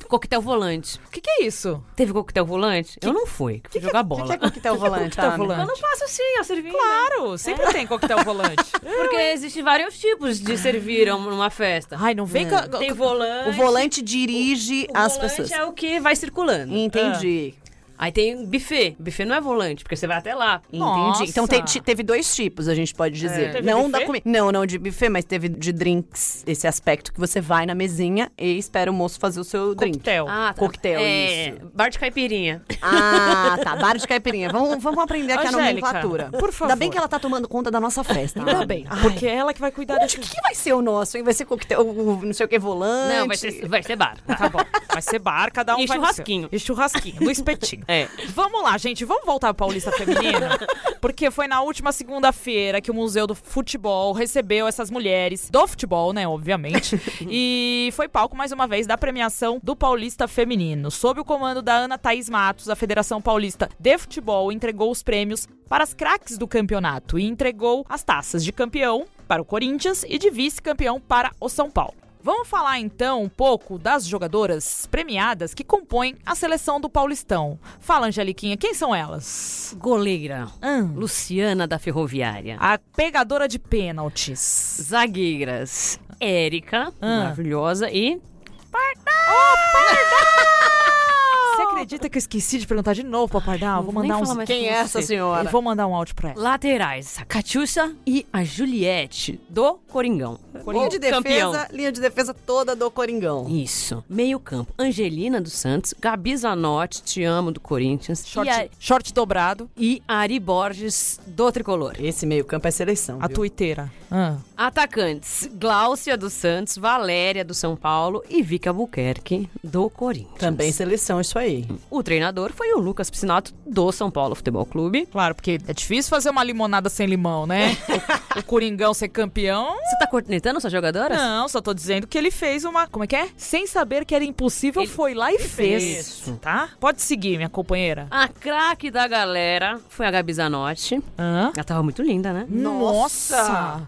C: Coquetel volante.
B: o que, que é isso?
C: Teve coquetel volante? Eu não fui, que fui jogar
D: O que
C: bola.
D: é coquetel volante,
B: Coquetel
D: Ana?
B: volante. Ah,
C: Faço sim, a servir.
B: Claro, sempre tem coquetel volante.
C: Porque
D: é-
C: existem vários tipos de servir a- um, numa festa.
B: Ai, não vem com.
C: Tem volante.
D: O volante dirige
C: o
D: as
C: volante
D: pessoas.
C: é o que vai circulando. Ah.
D: Entendi.
C: Aí tem buffet. Buffet não é volante, porque você vai até lá.
B: Nossa. É.
D: Entendi. Então te- te- teve dois tipos, a gente pode dizer.
B: Teve
D: Não
B: buffet?
D: da comida. Não, não de buffet, mas teve de drinks. Esse aspecto que você vai na mesinha e espera o moço fazer o seu drink.
B: Coquetel.
C: Ah,
D: Coquetel,
C: é,
D: isso.
C: Bar de caipirinha.
D: Ah, tá. Bar de caipirinha. Vamos, vamos aprender aqui
B: Angélica,
D: a nomenclatura.
B: por favor.
D: Ainda bem que ela tá tomando conta da nossa festa.
B: Ainda
D: Ana.
B: bem,
D: Ai,
B: porque é ela que vai cuidar
D: o
B: daqui.
D: que vai ser o nosso, hein? Vai ser coquetel, o- o não sei o que, volante?
C: Não, vai ser, vai ser bar.
B: Tá bom, vai ser bar, cada um
C: E
B: vai no seu.
C: churrasquinho.
B: E churrasquinho, no espetinho.
C: É.
B: Vamos lá, gente, vamos voltar ao Paulista Feminino? Porque foi na última segunda-feira que o Museu do Futebol recebeu essas mulheres do futebol, né, obviamente. e foi palco, mais uma vez, da premiação do Paulista Feminino. Sob o comando da Ana Thaís Matos, a Federação Paulista de Futebol entregou os prêmios para as craques do campeonato e entregou as taças de campeão para o Corinthians e de vice-campeão para o São Paulo. Vamos falar então um pouco das jogadoras premiadas que compõem a seleção do Paulistão. Fala, Angeliquinha, quem são elas?
C: Goleira.
B: Ahn,
C: Luciana da Ferroviária.
B: a pegadora de pênaltis. Ah.
C: Zagueiras. Érica. Maravilhosa. E
B: Você acredita que eu esqueci de perguntar de novo pra Pardal? Vou
C: nem
B: mandar
C: falar
B: um.
C: mais
D: Quem é
C: com
D: essa
C: você.
B: Eu
D: senhora?
B: vou mandar um áudio pra ela.
C: Laterais. A Catiúcia e a Juliette do Coringão.
D: Linha de defesa,
C: Campeão.
D: linha de defesa toda do Coringão.
C: Isso. Meio campo. Angelina dos Santos, Gabi Zanotti, te amo, do Corinthians.
B: Short,
C: E, a,
B: short dobrado,
C: e Ari Borges, do Tricolor.
D: Esse meio campo é seleção,
B: a
D: viu?
B: tuiteira. Ahn.
C: Atacantes, Gláucia dos Santos, Valéria do São Paulo e Vika Albuquerque, do Corinthians.
D: Também seleção, isso aí.
B: Tá.
C: O treinador foi o Lucas Piscinato, do São Paulo Futebol Clube.
B: Claro, porque é difícil fazer uma limonada sem limão, né? o, o Coringão ser campeão.
C: É. Você tá cornetando desmeritando suas jogadoras?
B: Não, só tô dizendo que ele fez uma. Como é que é? Sem saber que era impossível,
C: Ele-
B: foi lá e fez.
C: fez.
B: Tá? Pode seguir, minha companheira.
C: A craque da galera foi a Gabi Zanotti.
B: Hã?
C: Ela tava muito linda, né?
B: Nossa!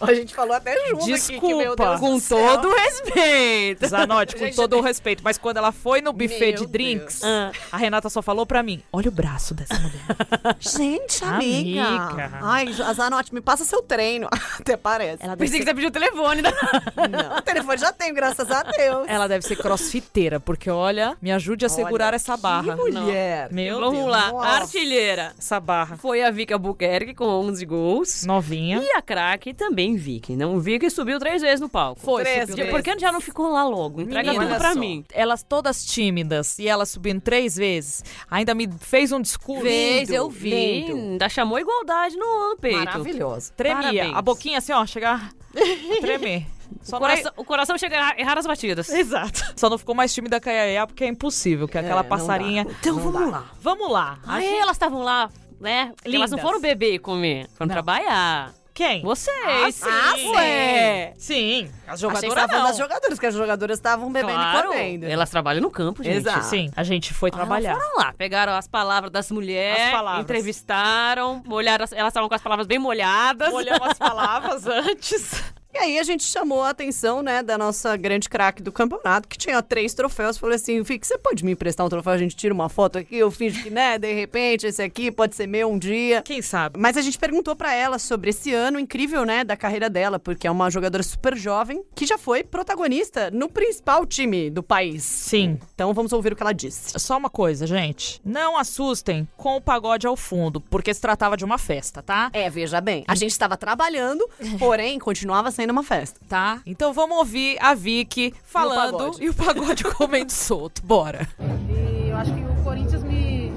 D: A gente falou até junto aqui, que, meu
B: Desculpa.
D: Deus
B: Com
D: do céu.
B: todo
D: respeito.
B: Zanotti, com
D: Gente,
B: todo o
D: eu-
B: respeito, mas quando ela foi no buffet
D: Meu
B: de drinks,
C: Ah.
B: a Renata só falou pra mim: olha o braço dessa mulher.
D: Gente, amiga.
B: Amiga.
D: Ai, a Zanotti, me passa seu treino. Até parece.
C: Ela Pensei que você pediu o telefone. Da...
D: Não, o telefone já tenho, graças a Deus.
B: Ela deve ser crossfiteira, porque olha, me ajude a segurar essa barra.
D: Que mulher.
B: Meu
C: Vamos
B: Deus.
C: lá.
D: nossa.
C: A artilheira
B: Essa barra.
C: foi a Vika Buquerque com 11 gols.
B: Novinha.
C: E a craque também, Vicky. Não, Vicky subiu três vezes no palco.
B: Foi,
D: Três
B: subiu.
C: De- Por que já não ficou lá logo? Entrega
B: Menina,
C: tudo
B: olha
C: pra
D: só.
C: mim.
B: Elas todas tímidas e ela subindo três vezes, ainda me fez um discurso.
C: Vez,
B: lindo,
C: eu vi. Ainda chamou igualdade no, no peito.
D: Maravilhosa.
B: Tremia.
C: Parabéns.
B: A boquinha assim, ó, chegar. Tremer. Só
C: O
B: não é-
C: coração, o coração chega a errar- errar as batidas.
B: Exato. Só não ficou mais tímida que a Yaya, porque é impossível, que é aquela
D: não
B: passarinha.
D: dá. Então vamos lá.
B: Vamos lá. A
C: Aí
B: gente-
C: elas estavam lá, né? Elas não
B: Lindas.
C: foram beber e comer. Foram trabalhar.
B: Quem?
C: Vocês.
D: Ah, ué.
B: Sim. As
D: Achei que
B: jogadoras
D: tava
B: não.
D: das jogadoras, que as jogadoras estavam bebendo
C: Claro.
D: e comendo.
C: Elas trabalham no campo, gente.
D: Exato.
B: Sim, a gente foi trabalhar.
C: Elas foram lá, pegaram as palavras das mulheres,
B: As palavras.
C: entrevistaram, molharam, as- elas estavam com as palavras bem molhadas.
B: Olhamos as palavras antes.
D: E aí a gente chamou a atenção, né, da nossa grande craque do campeonato, que tinha três troféus. Falei assim, Vic, você pode me emprestar um troféu? A gente tira uma foto aqui, eu finge que, né, de repente, esse aqui pode ser meu um dia.
B: Quem sabe?
D: Mas a gente perguntou pra ela sobre esse ano incrível, né, da carreira dela, porque é uma jogadora super jovem que já foi protagonista no principal time do país.
B: Sim.
D: Então vamos ouvir o que ela disse.
B: Só uma coisa, gente. Não assustem com o pagode ao fundo, porque se tratava de uma festa, tá?
D: É, veja bem, a gente estava trabalhando, porém continuava sendo uma festa.
B: Tá? Então vamos ouvir a Vicky falando
D: pagode.
B: e o pagode comendo solto. Bora.
F: E eu acho que o Corinthians me,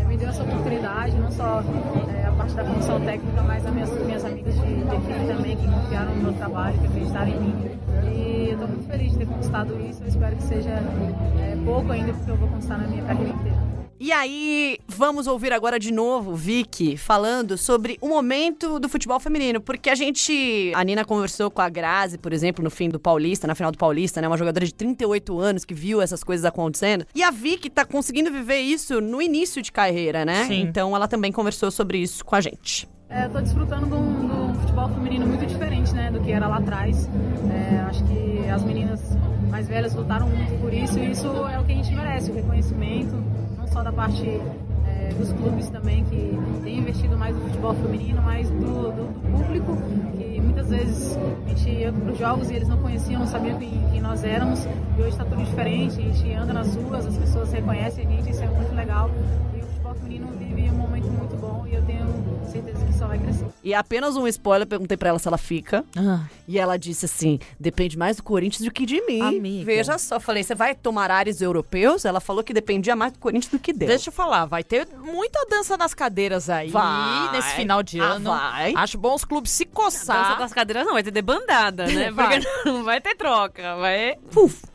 F: eh, me deu essa oportunidade, não só eh, a parte da comissão técnica, mas as minhas, minhas amigas de, de equipe também, que confiaram no meu trabalho, que acreditaram em mim. E eu estou muito feliz de ter conquistado isso. Eu espero que seja eh, pouco ainda, porque eu vou conquistar na minha carreira inteira.
D: E aí, vamos ouvir agora de novo Vicky falando sobre o momento do futebol feminino, porque a gente, a Nina conversou com a Grazi, por exemplo, no fim do Paulista, na final do Paulista, né, uma jogadora de 38 anos que viu essas coisas acontecendo. E a Vicky tá conseguindo viver isso no início de carreira, né?
B: Sim.
D: Então ela também conversou sobre isso com a gente.
F: É, eu tô desfrutando de um, de um futebol feminino muito diferente, né, do que era lá atrás. É, acho que as meninas mais velhas lutaram muito por isso e isso é o que a gente merece, o reconhecimento, não só da parte é, dos clubes também, que tem investido mais no futebol feminino, mas do, do- do público, que muitas vezes a gente ia para os jogos e eles não conheciam, não sabiam quem, quem nós éramos. E hoje tá está tudo diferente, a gente anda nas ruas, as pessoas reconhecem a gente, isso é muito legal. E o futebol feminino vive um momento muito bom e eu tenho certeza que só vai crescer.
D: E apenas um spoiler, perguntei pra ela se ela fica.
B: Ah.
D: E ela disse assim: depende mais do Corinthians do que de mim.
B: Amiga.
D: Veja só, falei: você vai tomar ares europeus? Ela falou que dependia mais do Corinthians do que deu.
B: Deixa eu falar, vai ter muita dança nas cadeiras aí
D: Vai.
B: nesse final de
D: Ah,
B: ano.
D: vai.
B: Acho bom os clubes se
C: Dança
B: coçar.
C: das cadeiras não, vai ter debandada, né?
B: Vai.
C: Porque não vai ter troca, vai...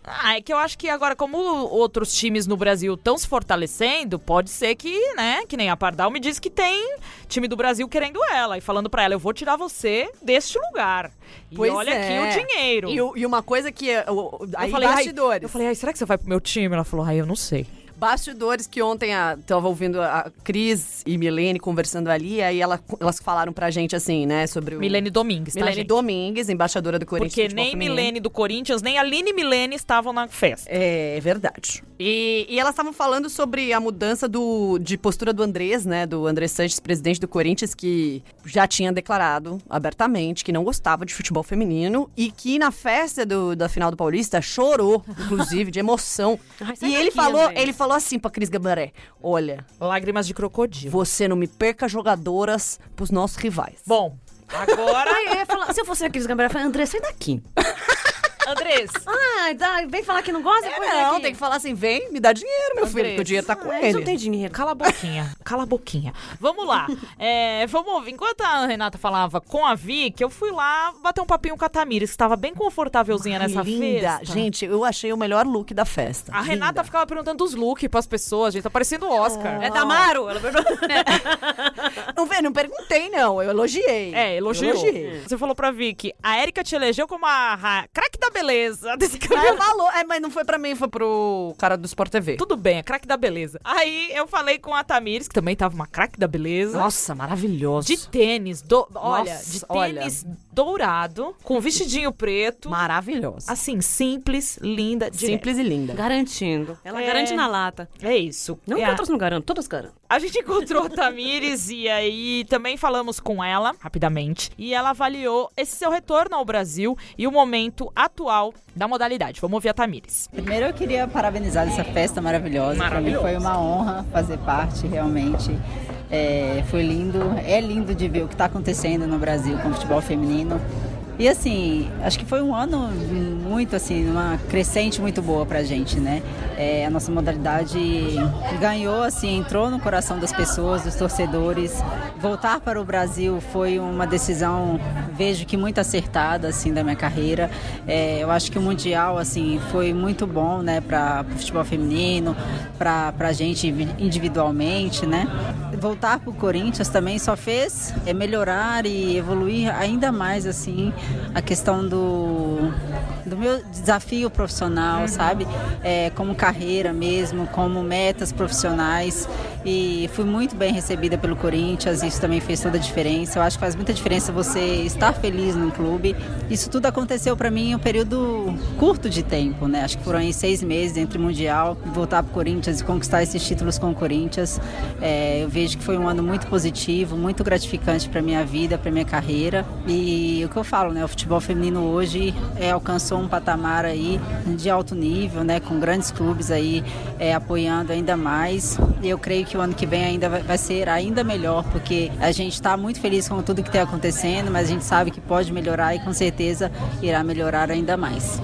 B: Ah, é que eu acho que agora, como outros times no Brasil estão se fortalecendo, pode ser que, né, que nem a Pardal me disse que tem time do Brasil querendo ela e falando pra ela, eu vou tirar você deste lugar. E
D: Pois
B: olha
D: é.
B: aqui o dinheiro.
D: E, o- e uma coisa que. é, o- o- Aí,
B: eu falei, ai,
D: bastidores.
B: eu falei, ai, será que você vai pro meu time? Ela falou, ai, eu não sei.
D: Bastidores que ontem a, tava ouvindo a Cris e Milene conversando ali, aí ela- elas falaram pra gente assim, né, sobre o.
B: Milene Domingues, tá,
D: Milene
B: gente?
D: Domingues, embaixadora do Corinthians.
B: Porque
D: Futebol
B: nem
D: Feminino.
B: Milene do Corinthians, nem Aline Milene estavam na festa.
D: É verdade. E, e elas estavam falando sobre a mudança do, de postura do Andrés, né? Do Andrés Sanches, presidente do Corinthians, que já tinha declarado abertamente que não gostava de futebol feminino e que na festa do- da final do Paulista chorou, inclusive, de emoção.
C: Ai, sai
D: e ele
C: daqui,
D: falou,
C: Andrés.
D: ele falou assim pra Cris Gabaré: Olha,
B: Lágrimas de crocodilo.
D: você não me perca jogadoras pros nossos rivais.
B: Bom, agora,
C: Aí eu ia falar, se eu fosse a Cris Gambrera, eu ia falar, André, sai daqui.
B: Andrés,
C: Ah, dá- vem falar que não gosta?
D: É,
C: pois
D: não,
C: aqui.
D: tem que falar assim: vem, me dá dinheiro, meu filho, que o dinheiro tá com
C: Ah, eles
D: ele.
C: não tem dinheiro.
B: cala a boquinha, cala a boquinha. Vamos lá. É, vamos ouvir. Enquanto a Renata falava com a Vic, eu fui lá bater um papinho com a Tamires, que estava bem confortávelzinha nessa
D: linda.
B: festa.
D: Gente, eu achei o melhor look da festa.
B: A Renata ficava perguntando os looks pras pessoas, gente. Tá parecendo o Oscar.
C: É Damaro? Ela perguntou.
D: Não, vê, não perguntei, não. Não, eu elogiei.
B: É, elogiou.
D: Elogiei.
B: Você falou pra Vicky, a Erika te elegeu como a ra- craque da beleza desse
D: Mas é
B: cabelo.
D: valor. É, mas não foi pra mim, foi pro cara do Sport TV.
B: Tudo bem, a craque da beleza. Aí eu falei com a Tamires, que também tava uma craque da beleza.
D: Nossa, maravilhoso.
B: De tênis, do- olha,
D: Nossa,
B: de
D: olha.
B: tênis dourado, com vestidinho preto.
D: Maravilhoso.
B: Assim, simples, linda, direta.
D: Simples e linda.
C: Garantindo. Ela garante na lata.
B: É isso.
C: Não
B: é
C: que
B: a-
C: outras não garantam, todas garantem.
B: A gente encontrou a Tamires e aí também falamos com ela rapidamente. E ela avaliou esse seu retorno ao Brasil e o momento atual da modalidade. Vamos ouvir a Tamires.
G: Primeiro eu queria parabenizar essa festa maravilhosa. Pra mim foi uma honra fazer parte, realmente. É, foi lindo, é lindo de ver o que está acontecendo no Brasil com o futebol feminino. E assim, acho que foi um ano muito assim, uma crescente muito boa pra gente, né? É, a nossa modalidade ganhou, assim, entrou no coração das pessoas, dos torcedores. Voltar para o Brasil foi uma decisão, vejo que muito acertada, assim, da minha carreira. É, eu acho que o Mundial, assim, foi muito bom, né, para o futebol feminino, para a gente individualmente, né? Voltar para o Corinthians também só fez é, melhorar e evoluir ainda mais, assim, a questão do do meu desafio profissional, sabe? É, como carreira mesmo, como metas profissionais. E fui muito bem recebida pelo Corinthians, isso também fez toda a diferença. Eu acho que faz muita diferença você estar feliz no clube. Isso tudo aconteceu para mim em um período curto de tempo, né? Acho que foram aí seis meses entre o Mundial, voltar para o Corinthians e conquistar esses títulos com o Corinthians. É, eu vejo que foi um ano muito positivo, muito gratificante para minha vida, para minha carreira. E o que eu falo, né? O futebol feminino hoje é, alcançou um patamar aí de alto nível, né? Com grandes clubes aí é, apoiando ainda mais. E eu creio que o ano que vem ainda vai, vai ser ainda melhor, porque a gente está muito feliz com tudo que tem acontecendo, mas a gente sabe que pode melhorar e com certeza irá melhorar ainda mais.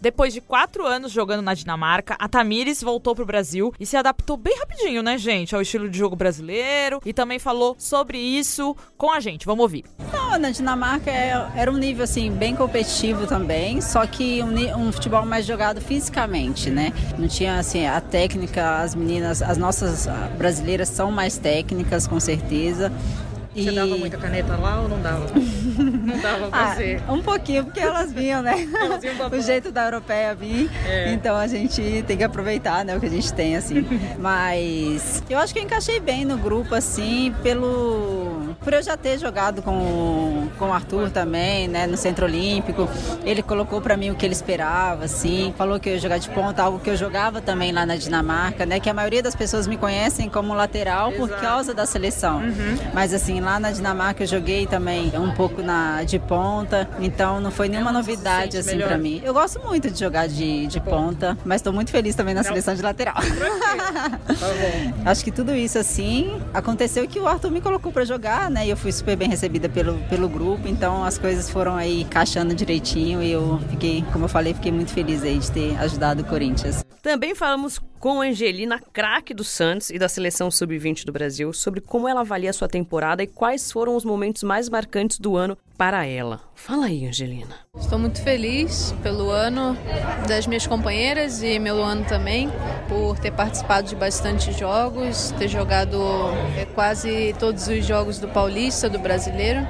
B: Depois de quatro anos jogando na Dinamarca, a Tamires voltou pro Brasil e se adaptou bem rapidinho, né, gente, ao estilo de jogo brasileiro. E também falou sobre isso com a gente. Vamos ouvir.
G: Não, na Dinamarca é- era um nível assim bem competitivo também, só que um, ni- um futebol mais jogado fisicamente, né? Não tinha assim a técnica, as meninas, as nossas ah, brasileiras são mais técnicas com certeza. Você dava muita caneta lá ou não dava? Não dava
H: Ah,
G: fazer. um pouquinho, porque elas vinham, né? o jeito da europeia vir. Então a gente tem que aproveitar, né, o que a gente tem assim. Mas eu acho que eu encaixei bem no grupo assim, pelo por eu já ter jogado com, o- com o Arthur também, né, no Centro Olímpico, ele colocou pra mim o que ele esperava, assim, falou que eu ia jogar de ponta, algo que eu jogava também lá na Dinamarca, né, que a maioria das pessoas me conhecem como lateral por causa da seleção. Mas assim, lá na Dinamarca eu joguei também um pouco na de ponta, então não foi nenhuma novidade assim pra mim. Eu gosto muito de jogar de, de ponta, mas tô muito feliz também na seleção de lateral.
F: Tá
G: Acho que tudo isso, assim, aconteceu que o Arthur me colocou pra jogar, né? E eu fui super bem recebida pelo, pelo grupo, então as coisas foram aí encaixando direitinho e eu fiquei, como eu falei, fiquei muito feliz aí de ter ajudado o Corinthians.
C: Também falamos com Angelina, craque do Santos e da seleção sub-20 do Brasil, sobre como ela avalia sua temporada e quais foram os momentos mais marcantes do ano para ela. Fala aí, Angelina.
I: Estou muito feliz pelo ano das minhas companheiras e meu ano também, por ter participado de bastante jogos, ter jogado eh, quase todos os jogos do Paulista, do Brasileiro.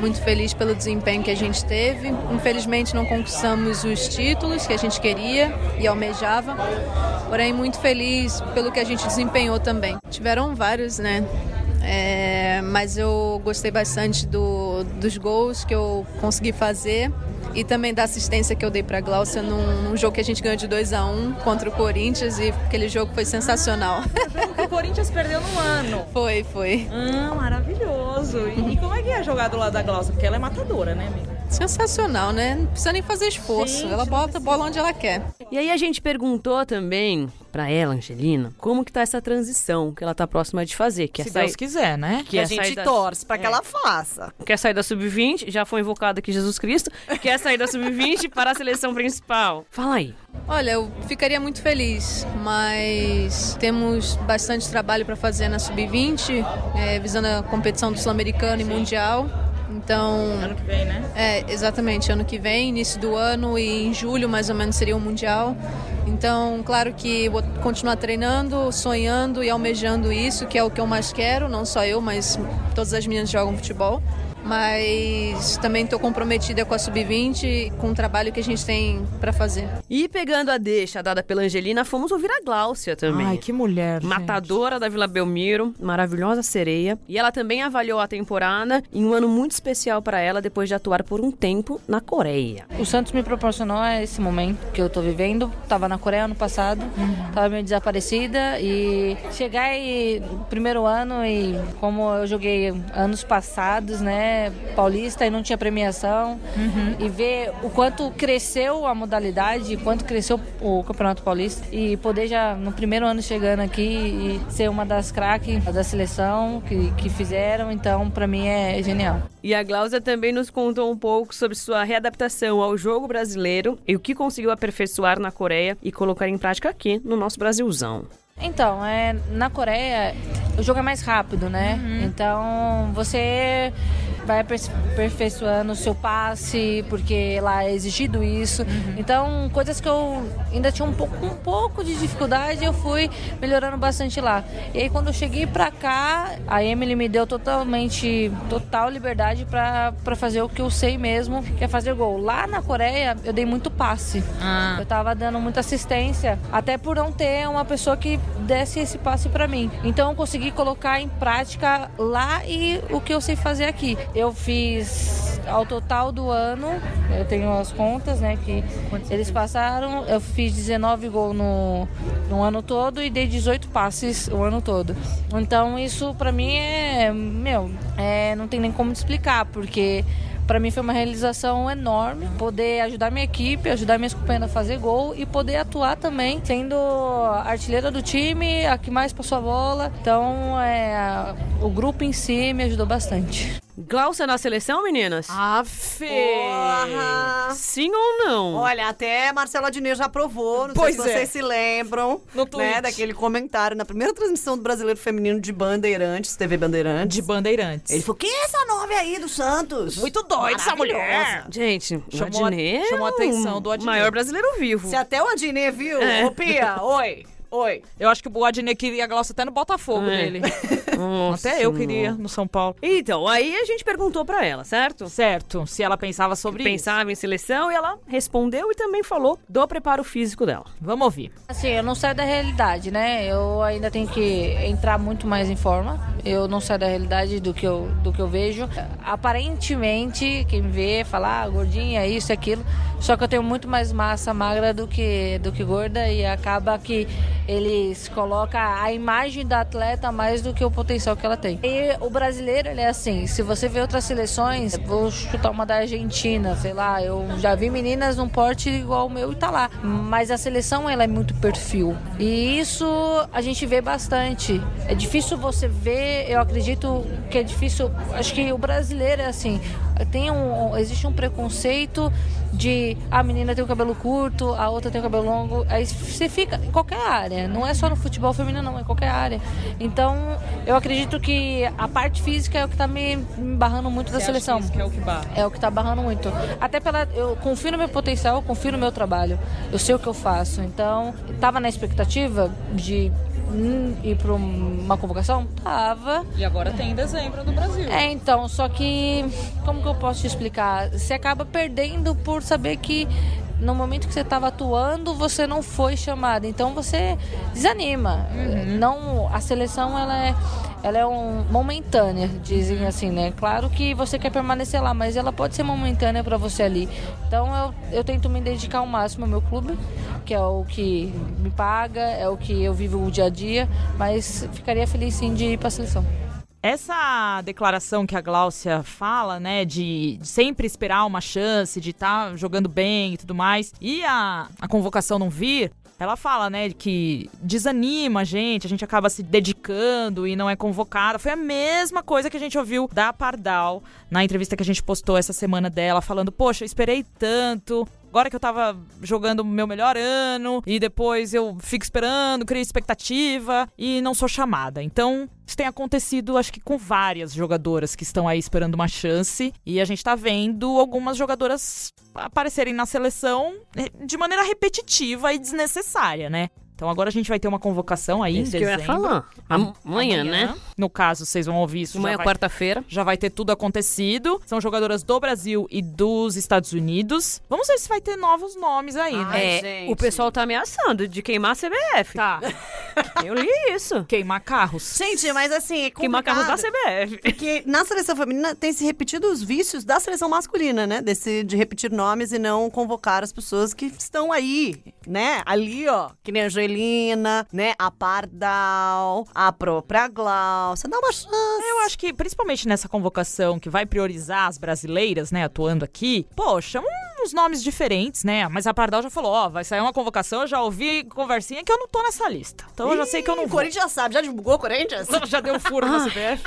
I: Muito feliz pelo desempenho que a gente teve. Infelizmente não conquistamos os títulos que a gente queria e almejava, porém muito feliz pelo que a gente desempenhou também. Tiveram vários, né? É, mas eu gostei bastante do- dos gols que eu consegui fazer e também da assistência que eu dei para a Glaucia num, num jogo que a gente ganhou de 2 a 1 contra o Corinthians e aquele jogo foi sensacional.
B: O Corinthians perdeu no ano.
I: foi, foi.
B: Ah, maravilhoso. E, como é que é jogar do lado da Glaucia? Porque ela é matadora, né, amiga?
I: Sensacional, né? Não precisa nem fazer esforço. ela bota a bola onde ela quer.
C: E aí a gente perguntou também pra ela, Angelina, como que tá essa transição que ela tá próxima de fazer, que é
B: Se
C: sair,
B: Deus quiser, né?
C: que
D: E
C: é
D: a gente
C: sair da-
D: torce pra que ela faça.
C: quer sair da sub-20, já foi invocado aqui Jesus Cristo, quer sair da sub-20 para a seleção principal. Fala aí.
I: Olha, eu ficaria muito feliz, mas temos é, bastante trabalho para fazer na Sub-20, eh, visando a competição do Sul-Americano e Mundial. Então,
B: Ano que vem, né?
I: é, exatamente, ano que vem, início do ano e em julho mais ou menos seria o Mundial. Então, claro que vou continuar treinando, sonhando e almejando isso, que é o que eu mais quero, não só eu, mas todas as meninas jogam futebol. Mas também estou comprometida com a Sub-20 e com o trabalho que a gente tem para fazer.
C: E pegando a deixa dada pela Angelina, fomos ouvir a Gláucia também.
B: Ai, que mulher.
C: Matadora da Vila Belmiro, maravilhosa sereia. E ela também avaliou a temporada em um ano muito especial para ela depois de atuar por um tempo na Coreia.
J: O Santos me proporcionou esse momento que eu tô vivendo. Tava na Coreia ano passado, tava meio desaparecida e chegar e primeiro ano e como eu joguei anos passados, né, paulista e não tinha premiação
I: Mm-hmm.
J: e ver o quanto cresceu a modalidade, quanto cresceu o Campeonato Paulista e poder já no primeiro ano chegando aqui e ser uma das craques da seleção que, que fizeram, então pra mim é genial.
C: E a Gláucia também nos contou um pouco sobre sua readaptação ao jogo brasileiro e o que conseguiu aperfeiçoar na Coreia e colocar em prática aqui no nosso Brasilzão.
J: Então, é, na Coreia, o jogo é mais rápido, né? Então, você vai aperfei- aperfeiçoando o seu passe, porque lá é exigido isso. Então, coisas que eu ainda tinha um pouco, um pouco de dificuldade, eu fui melhorando bastante lá. E aí, quando eu cheguei pra cá, a Emily me deu totalmente, total liberdade pra pra fazer o que eu sei mesmo, que é fazer gol. Lá na Coreia, eu dei muito passe. Eu tava dando muita assistência, até por não ter uma pessoa que desse esse passe pra mim. Então eu consegui colocar em prática lá e o que eu sei fazer aqui. Eu fiz ao total do ano, eu tenho as contas, né, que eles passaram, eu fiz 19 gols no, no ano todo e dei 18 passes o ano todo. Então isso pra mim é, meu, é, não tem nem como te explicar, porque Pra mim foi uma realização enorme poder ajudar minha equipe, ajudar minhas companheiras a fazer gol e poder atuar também, sendo a artilheira do time, a que mais passou a bola. Então, é, o grupo em si me ajudou bastante.
C: Gláucia na seleção, meninas?
B: Ah, Fê.
D: Porra!
C: Sim ou não?
D: Olha, até Marcelo Adnet já aprovou, não
B: Pois
D: sei se
B: é.
D: vocês se lembram,
B: No
D: né,
B: tweet.
D: daquele comentário na primeira transmissão do Brasileiro Feminino de Bandeirantes, TV Bandeirantes.
B: De bandeirantes.
D: Ele falou, quem é essa nova aí do Santos?
B: Muito doida essa mulher.
C: Gente, o
B: Chamou a-
C: Adnet é
B: chamou a
C: um
B: atenção do Adnet.
C: Maior brasileiro vivo.
D: Se até o Adnet viu,
C: É.
D: ô Pia, oi, oi.
B: Eu acho que o Adnet queria a Glaucia até no Botafogo
C: É.
B: dele.
C: Nossa,
B: Até eu queria no São Paulo.
C: Então, aí a gente perguntou pra ela, certo?
B: Certo, se ela pensava sobre
C: Pensava em seleção e ela respondeu e também falou do preparo físico dela.
B: isso. Vamos ouvir.
J: Assim, eu não saio da realidade, né? Eu ainda tenho que entrar muito mais em forma. Eu não saio da realidade do que eu, do que eu vejo. Aparentemente, quem me vê fala, ah, gordinha, isso, e aquilo. Só que eu tenho muito mais massa magra do que, do que gorda e acaba que eles colocam a imagem da atleta mais do que o potencial que ela tem. E o brasileiro, ele é assim, se você vê outras seleções, vou chutar uma da Argentina, sei lá, eu já vi meninas num porte igual o meu e tá lá. Mas a seleção, ela é muito perfil. E isso a gente vê bastante. É difícil você ver, eu acredito que é difícil, acho que o brasileiro é assim, tem um, existe um preconceito de "Ah, a menina tem o cabelo curto, a outra tem o cabelo longo. Aí você fica em qualquer área, não é só no futebol feminino, não, é em qualquer área. Então, eu acredito que a parte física é o que tá me, me barrando muito da seleção.
B: é o que barra.
J: É o que tá barrando muito. Até pela. Eu confio no meu potencial, eu confio no meu trabalho. Eu sei o que eu faço. Então, tava na expectativa de hum, ir pra uma convocação? Tava.
B: E agora tem em dezembro no Brasil.
J: É, então, só que como que eu posso te explicar? Você acaba perdendo por saber que no momento que você estava atuando, você não foi chamada. Então você desanima.
B: Uhum.
J: Não, a seleção ela é ela é um momentânea,
B: Uhum.
J: dizem assim, né? Claro que você quer permanecer lá, mas ela pode ser momentânea para você ali. Então eu, eu tento me dedicar ao máximo ao meu clube, que é o que me paga, é o que eu vivo o dia a dia, mas ficaria feliz sim de ir para a seleção.
B: Essa declaração que a Gláucia fala, né, de de sempre esperar uma chance, de estar jogando bem e tudo mais, e a, a convocação não vir, ela fala, né, que desanima a gente, a gente acaba se dedicando e não é convocada. Foi a mesma coisa que a gente ouviu da Pardal na entrevista que a gente postou essa semana dela, falando: Poxa, eu esperei tanto, agora que eu tava jogando o meu melhor ano e depois eu fico esperando, crio expectativa e não sou chamada. Então, isso tem acontecido, acho que com várias jogadoras que estão aí esperando uma chance e a gente tá vendo algumas jogadoras aparecerem na seleção eh, de maneira repetitiva e desnecessária, né? Então agora a gente vai ter uma convocação aí
C: É Isso
B: em
C: que eu ia
B: dezembro.
C: falar. Amanhã, né?
B: No caso, vocês vão ouvir isso.
C: Amanhã é
B: já vai
C: quarta-feira.
B: já vai ter tudo acontecido. São jogadoras do Brasil e dos Estados Unidos. Vamos ver se vai ter novos nomes aí, né?
D: Ai,
C: é,
D: gente.
C: o pessoal tá ameaçando de queimar a CBF.
B: Tá.
C: Eu li isso.
B: Queimar carros.
D: Gente, mas assim, é
C: Queimar carros da
D: complicado.
C: CBF.
D: Porque na seleção feminina tem se repetido os vícios da seleção masculina, né? Desse, de repetir nomes e não convocar as pessoas que estão aí, né? Ali, ó. Que nem a Angelina, né? A Pardal, a própria Glaucia. Dá uma chance.
B: Eu acho que, principalmente nessa convocação que vai priorizar as brasileiras, né, atuando aqui, pô, chama uns nomes diferentes, né? Mas a Pardal já falou, ó, vai sair uma convocação, eu já ouvi conversinha que eu não tô nessa lista. Então eu já sei que eu não
D: O
B: vou.
D: Corinthians já sabe. Já divulgou o Corinthians?
B: Já deu um furo na CBF.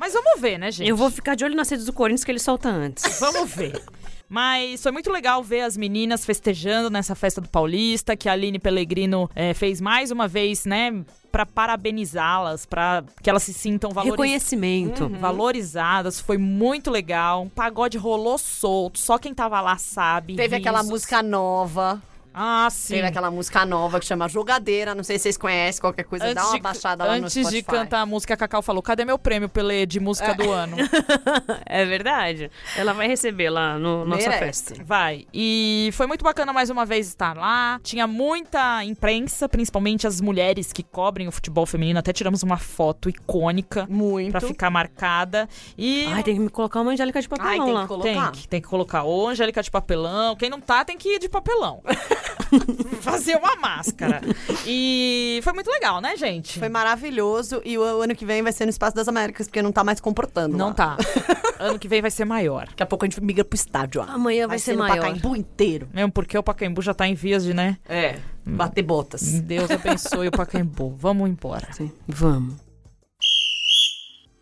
B: Mas vamos ver, né, gente?
C: Eu vou ficar de olho nas redes do Corinthians que ele solta antes.
B: Vamos ver. Mas foi muito legal ver as meninas festejando nessa festa do Paulista, que a Aline Pellegrino eh, fez mais uma vez, né? Pra parabenizá-las, pra que elas se sintam valorizadas.
C: Reconhecimento.
B: Valorizadas, foi muito legal. Um pagode rolou solto, só quem tava lá sabe.
D: Teve aquela
B: risos.
D: música nova.
B: Ah, sim.
D: Teve aquela música nova que chama Jogadeira. Não sei se vocês conhecem qualquer coisa. Dá uma baixada lá no
B: antes
D: Spotify.
B: de cantar a música, a Cacau falou: cadê meu prêmio Pelé de música do ano?
C: É verdade. Ela vai receber lá no nossa
D: Merece.
C: festa.
B: Vai. E foi muito bacana mais uma vez estar lá. Tinha muita imprensa, principalmente as mulheres que cobrem o futebol feminino. Até tiramos uma foto icônica
D: Muito.
B: pra ficar marcada. E
C: Ai, tem que me colocar uma Angélica de
D: Ai,
C: papelão
D: tem que
C: lá.
D: colocar.
B: tem que, tem que colocar ou Angélica de papelão. Quem não tá tem que ir de papelão. Fazer uma máscara. E foi muito legal, né, gente?
D: Foi maravilhoso. E o o ano que vem vai ser no Espaço das Américas, porque não tá mais comportando.
B: Não
D: lá.
B: tá. ano que vem vai ser maior.
D: Daqui a pouco a gente migra pro estádio. Ó.
C: Amanhã vai, ser,
D: no
C: maior.
D: Pacaembu inteiro.
B: Mesmo porque o Pacaembu já tá em vias de, né?
D: É. Bater botas.
B: Deus abençoe o Pacaembu. Vamos embora.
C: Sim. Vamos.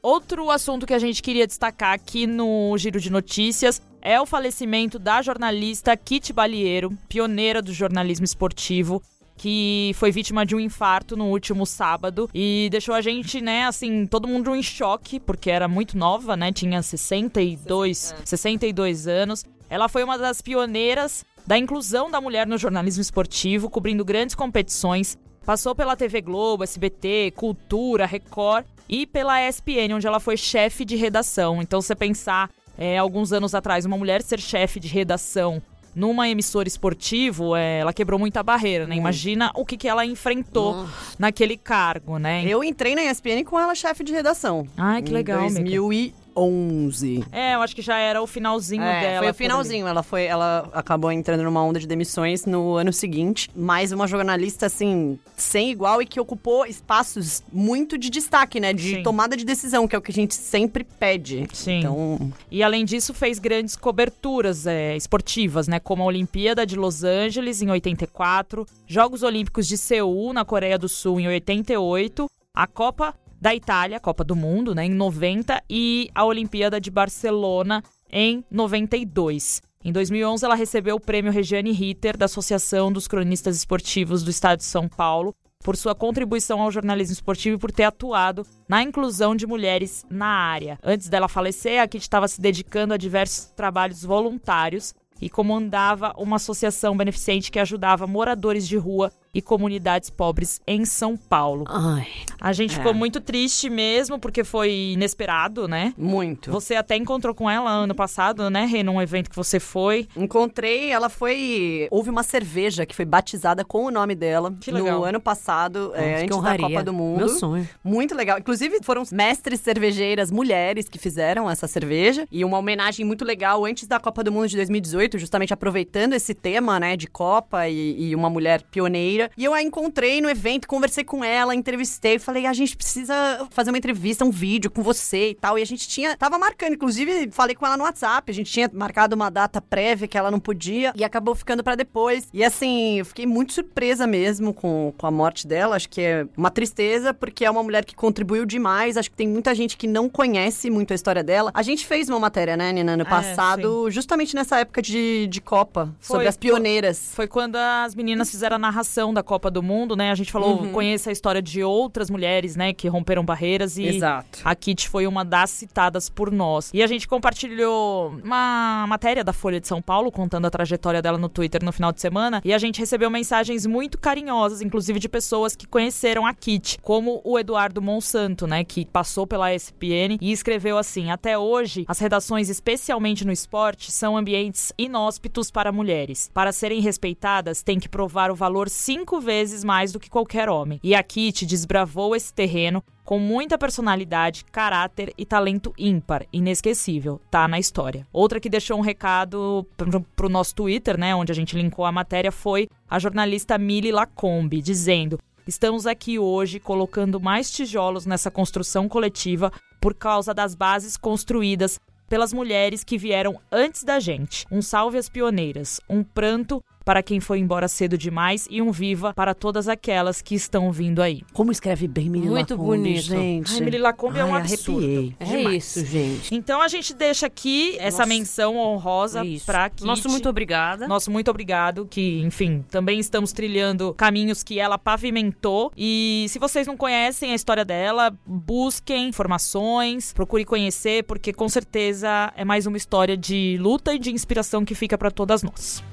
B: Outro assunto que a gente queria destacar aqui no Giro de Notícias é o falecimento da jornalista Kit Balieiro, pioneira do jornalismo esportivo. Que foi vítima de um infarto no último sábado e deixou a gente, né, assim, todo mundo em choque, porque era muito nova, né? Tinha 62, 62 anos. Ela foi uma das pioneiras da inclusão da mulher no jornalismo esportivo, cobrindo grandes competições. Passou pela TV Globo, SBT, Cultura, Record e pela ESPN, onde ela foi chefe de redação. Então, se você pensar, é, alguns anos atrás, uma mulher ser chefe de redação numa emissora esportiva, é, ela quebrou muita barreira, né? Imagina o que, que ela enfrentou naquele cargo, né?
D: Eu entrei na ESPN com ela chefe de redação.
B: Ai, que legal,
D: Em
B: amiga.
D: 2011.
B: É, eu acho que já era o finalzinho
D: É,
B: dela.
D: foi o
B: por
D: finalzinho. Ela foi, ela acabou entrando numa onda de demissões no ano seguinte. Mais uma jornalista assim sem igual e que ocupou espaços muito de destaque, né? De
B: Sim.
D: tomada de decisão, que é o que a gente sempre pede.
B: ali. Sim.
D: Então,
B: E além disso, fez grandes coberturas é, esportivas, né? Como a Olimpíada de Los Angeles em 84, Jogos Olímpicos de Seul, na Coreia do Sul, em 88, a Copa da Itália, a Copa do Mundo, né, em 90, e a Olimpíada de Barcelona em 92. Em 2011, ela recebeu o prêmio Regiane Ritter da Associação dos Cronistas Esportivos do Estado de São Paulo por sua contribuição ao jornalismo esportivo e por ter atuado na inclusão de mulheres na área. Antes dela falecer, a Kit estava se dedicando a diversos trabalhos voluntários e comandava uma associação beneficente que ajudava moradores de rua e comunidades pobres em São Paulo.
C: Ai.
B: A gente ficou muito triste mesmo, porque foi inesperado, né?
D: muito.
B: Você até encontrou com ela ano passado, né, Rê, num evento que você foi.
D: Encontrei, ela foi. Houve uma cerveja que foi batizada com o nome dela
B: Que legal.
D: no ano passado, é,
C: que
D: antes da
C: honraria.
D: Copa do Mundo.
C: Meu sonho.
D: Muito legal. Inclusive, foram mestres cervejeiras mulheres que fizeram essa cerveja. E uma homenagem muito legal antes da Copa do Mundo de 2018, justamente aproveitando esse tema, né, de Copa e, e uma mulher pioneira Shakira. E eu a encontrei no evento, conversei com ela, entrevistei, falei: a gente precisa fazer uma entrevista, um vídeo com você e tal. E a gente tinha. Tava marcando, inclusive, falei com ela no WhatsApp. A gente tinha marcado uma data prévia que ela não podia e acabou ficando pra depois. E assim, eu fiquei muito surpresa mesmo com, com a morte dela. Acho que é uma tristeza, porque é uma mulher que contribuiu demais. Acho que tem muita gente que não conhece muito a história dela. A gente fez uma matéria, né, Nina, no
B: Ah, é,
D: passado, justamente nessa época de, de Copa, sobre as pioneiras.
B: Foi quando as meninas fizeram a narração da Copa do Mundo, né? A gente falou,
D: Uhum.
B: conheça a história de outras mulheres, né, que romperam barreiras e
D: Exato.
B: a Kit foi uma das citadas por nós. E a gente compartilhou uma matéria da Folha de São Paulo contando a trajetória dela no Twitter no final de semana e a gente recebeu mensagens muito carinhosas, inclusive de pessoas que conheceram a Kit, como o Eduardo Monsanto, né, que passou pela ESPN e escreveu assim: "Até hoje, as redações, especialmente no esporte, são ambientes inóspitos para mulheres. Para serem respeitadas, tem que provar o valor cinco vezes mais do que qualquer homem. E a Kit desbravou esse terreno com muita personalidade, caráter e talento ímpar, inesquecível, tá na história. Outra que deixou um recado pro, pro nosso Twitter, né, onde a gente linkou a matéria, foi a jornalista Mili Lacombe, dizendo: Estamos aqui hoje colocando mais tijolos nessa construção coletiva por causa das bases construídas pelas mulheres que vieram antes da gente. Um salve às pioneiras, um pranto para quem foi embora cedo demais e um viva para todas aquelas que estão vindo aí.
D: Como escreve bem Menina
C: Muito
D: Lacombe,
C: bonito.
D: gente.
B: Ai, Mili Lacombe é um
D: Ai,
B: absurdo.
D: arrepiei.
C: É
B: Demais.
C: isso, gente.
B: Então a gente deixa aqui essa menção honrosa
C: É isso.
B: pra Kit.
C: Nosso muito obrigada.
B: Nosso muito obrigado, que, enfim, também estamos trilhando caminhos que ela pavimentou. E se vocês não conhecem a história dela, busquem informações, procure conhecer, porque com certeza é mais uma história de luta e de inspiração que fica pra todas nós.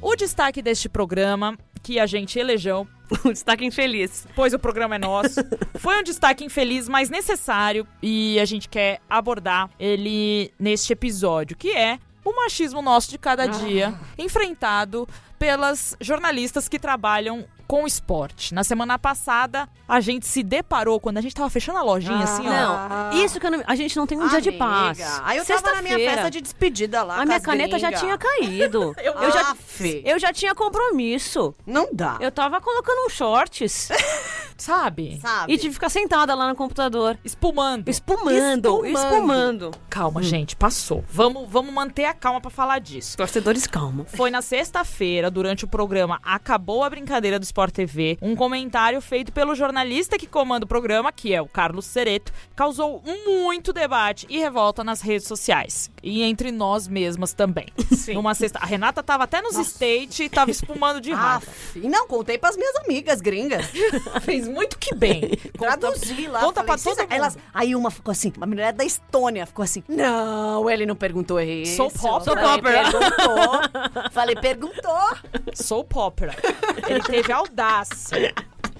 B: O destaque deste programa que a gente elegeu
C: Um destaque infeliz.
B: pois o programa é nosso. Foi um destaque infeliz, mas necessário e a gente quer abordar ele neste episódio, que é o machismo nosso de
C: Ah.
B: cada dia, enfrentado pelas jornalistas que trabalham com esporte. Na semana passada, a gente se deparou quando a gente tava fechando a
C: Ah.
B: lojinha assim, ó.
C: Não, isso que eu não, a gente não tem um dia de
D: Amiga,
C: paz.
D: Aí eu tava na minha
C: Sexta-feira,
D: festa de despedida lá.
C: A minha caneta já tinha caído. eu,
D: Eu
C: já,
D: já.
C: eu já tinha compromisso.
D: Não dá.
C: Eu tava colocando uns shorts
B: Sabe?
D: Sabe?
C: e tive que ficar sentada lá no computador.
B: Espumando.
C: Espumando, espumando.
D: Hum.
B: Calma, gente, passou. Vamos, vamos manter a calma pra falar disso.
C: Torcedores, calma.
B: Foi na sexta-feira, durante o programa Acabou a Brincadeira do Sport TV, um comentário feito pelo jornalista que comanda o programa, que é o Carlos Sereto, causou muito debate e revolta nas redes sociais. E entre nós mesmas também. Sim. Numa sexta... A Renata tava até nos stage e tava espumando de raiva.
D: Aff, e não, contei pras minhas amigas gringas.
B: Fez muito que bem.
D: Traduzi lá.
B: conta pra
D: falei,
B: todo
D: "Cês-"
B: mundo.
D: Elas, aí uma ficou assim, uma mulher da Estônia ficou assim, não, ele não perguntou isso.
B: Sou popper.
D: Falei,
B: Sou popper.
D: Perguntou. falei, perguntou.
B: Sou popera. Ele teve audácia.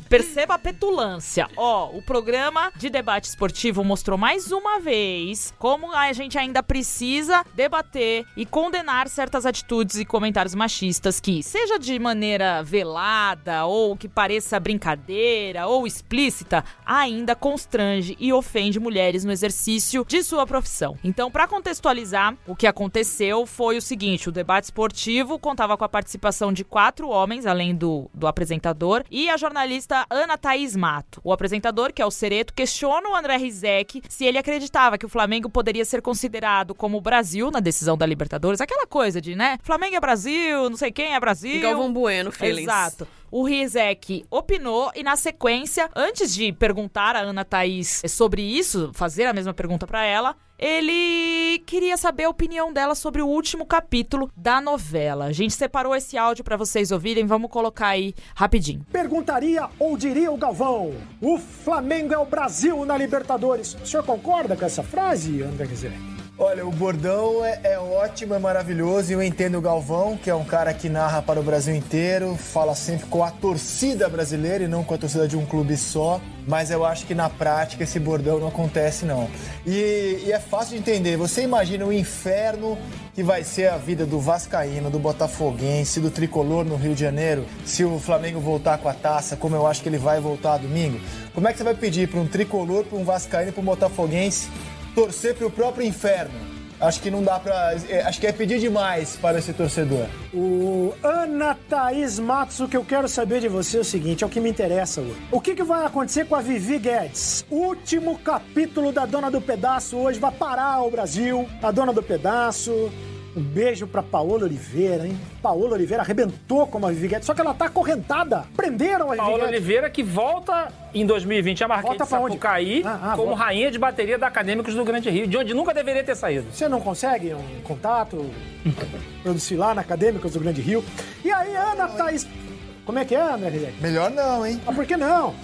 B: Perceba a petulância. Ó, o programa de debate esportivo mostrou mais uma vez como a gente ainda precisa debater e condenar certas atitudes e comentários machistas que, seja de maneira velada ou que pareça brincadeira ou explícita, ainda constrange e ofende mulheres no exercício de sua profissão. Então, para contextualizar, o que aconteceu foi o seguinte: o debate esportivo contava com a participação de quatro homens, além do, do apresentador, e a jornalista Ana Thaís Mato. O apresentador, que é o Cereto, questiona o André Rizek se ele acreditava que o Flamengo poderia ser considerado como o Brasil na decisão da Libertadores. Aquela coisa de, né? Flamengo é Brasil, não sei quem é Brasil.
C: Galvão Bueno, feelings.
B: Exato. O Rizek opinou e, na sequência, antes de perguntar a Ana Thaís eh, sobre isso, fazer a mesma pergunta pra ela, ele queria saber a opinião dela sobre o último capítulo da novela. A gente separou esse áudio pra vocês ouvirem, vamos colocar aí rapidinho.
K: Perguntaria ou diria o Galvão: o Flamengo é o Brasil na Libertadores. O senhor concorda com essa frase, André Rizek?
L: Olha, o bordão é, é ótimo, é maravilhoso. e Eu entendo o Galvão, que é um cara que narra para o Brasil inteiro, fala sempre com a torcida brasileira e não com a torcida de um clube só. Mas eu acho que na prática esse bordão não acontece, não. E, e é fácil de entender. Você imagina o inferno que vai ser a vida do Vascaíno, do Botafoguense, do Tricolor no Rio de Janeiro, se o Flamengo voltar com a taça, como eu acho que ele vai voltar domingo. Como é que você vai pedir para um Tricolor, para um Vascaíno, para um Botafoguense torcer pro próprio inferno. Acho que não dá pra. é, Acho que é pedir demais para esse torcedor.
K: O Ana Thaís Matos, o que eu quero saber de você é o seguinte, é o que me interessa hoje. O que, que vai acontecer com a Vivi Guedes? Último capítulo da Dona do Pedaço hoje, vai parar o Brasil, a Dona do Pedaço. Um beijo pra Paola Oliveira, hein? Paola Oliveira arrebentou com a Vivi Guedes, só que ela tá acorrentada. Prenderam a Vivi
M: Paola
K: Guedes.
M: Oliveira, que volta em 2020 a Marquês
K: Volta
M: de
K: pra onde?
M: Sapucaí
K: Ah, ah,
M: como
K: volta.
M: rainha de bateria da Acadêmicos do Grande Rio, de onde nunca deveria ter saído.
K: Você não consegue um contato? Produzir lá na Acadêmicos do Grande Rio. E aí, Ana Thaís. Como é que é, André Rizek?
L: Melhor não, hein?
K: Ah, por que não?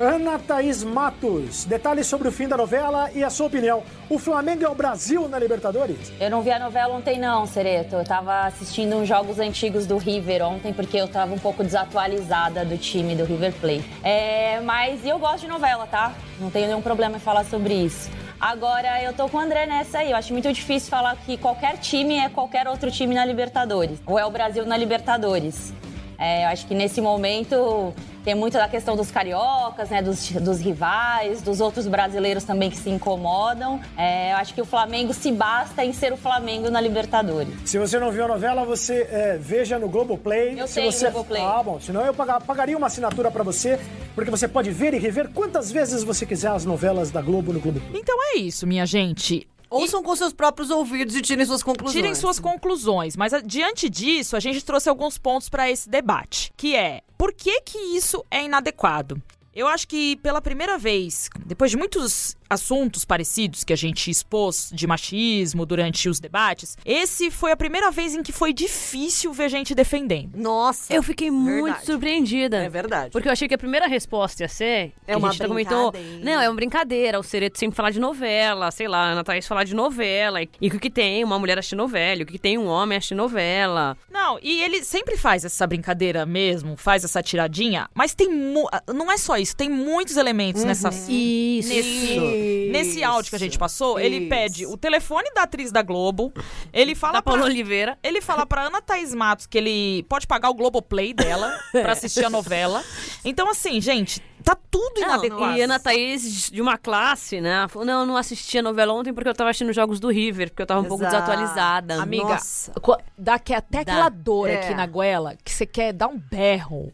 K: Ana Thaís Matos, detalhes sobre o fim da novela e a sua opinião. O Flamengo é o Brasil na Libertadores?
H: Eu não vi a novela ontem, não, Sereto. Eu tava assistindo uns jogos antigos do River ontem, porque eu tava um pouco desatualizada do time do River Plate. É, mas e eu gosto de novela, tá? Não tenho nenhum problema em falar sobre isso. Agora, eu tô com o André nessa aí. Eu acho muito difícil falar que qualquer time é qualquer outro time na Libertadores. Ou é o Brasil na Libertadores. É, eu acho que nesse momento tem muito da questão dos cariocas, né, dos, dos rivais, dos outros brasileiros também que se incomodam. É, eu acho que o Flamengo se basta em ser o Flamengo na Libertadores.
K: Se você não viu a novela, você é, veja no Globoplay.
H: Eu
K: se
H: tenho
K: você...
H: Globoplay.
K: Ah, bom. Senão eu paga- pagaria uma assinatura pra você, porque você pode ver e rever quantas vezes você quiser as novelas da Globo no Globoplay.
B: Então é isso, minha gente.
D: Ouçam com seus próprios ouvidos e tirem suas conclusões.
B: Tirem suas conclusões, mas ah, diante disso, a gente trouxe alguns pontos para esse debate, que é: por que que isso é inadequado? Eu acho que pela primeira vez, depois de muitos assuntos parecidos que a gente expôs de machismo durante os debates, esse foi a primeira vez em que foi difícil ver gente defendendo.
D: Nossa.
C: Eu fiquei muito surpreendida. É
D: verdade.
C: Porque eu achei que a primeira resposta ia ser.
D: É
C: que
D: uma
C: a gente até comentou.
D: brincadeira.
C: Não, é uma brincadeira. O Sereto sempre falar de novela, sei lá, a Ana Thaís falar de novela. E e o que, que tem uma mulher assistindo novela? E O que, que tem um homem assistindo novela?
B: Não, e ele sempre faz essa brincadeira mesmo, faz essa tiradinha, mas tem mu- ah, não é só isso, tem muitos elementos nessa
C: Uhum. isso.
B: nesse, nesse áudio que a gente passou, ele
C: Isso.
B: pede o telefone da atriz da Globo, ele fala pra
C: Paula Oliveira,
B: ele fala pra Ana Thaís Matos que ele pode pagar o Globoplay dela pra assistir a novela. Então assim, gente, tá tudo inadequado.
C: E Ana Thaís, de uma classe, né? Falou, não, eu não assisti a novela ontem porque eu tava assistindo os jogos do River, porque eu tava um pouco
J: Exato.
C: desatualizada.
J: Amiga,
C: Nossa.
J: co- dá que até
C: Dá.
J: aquela dor
C: É.
J: aqui na goela que você quer dar um berro.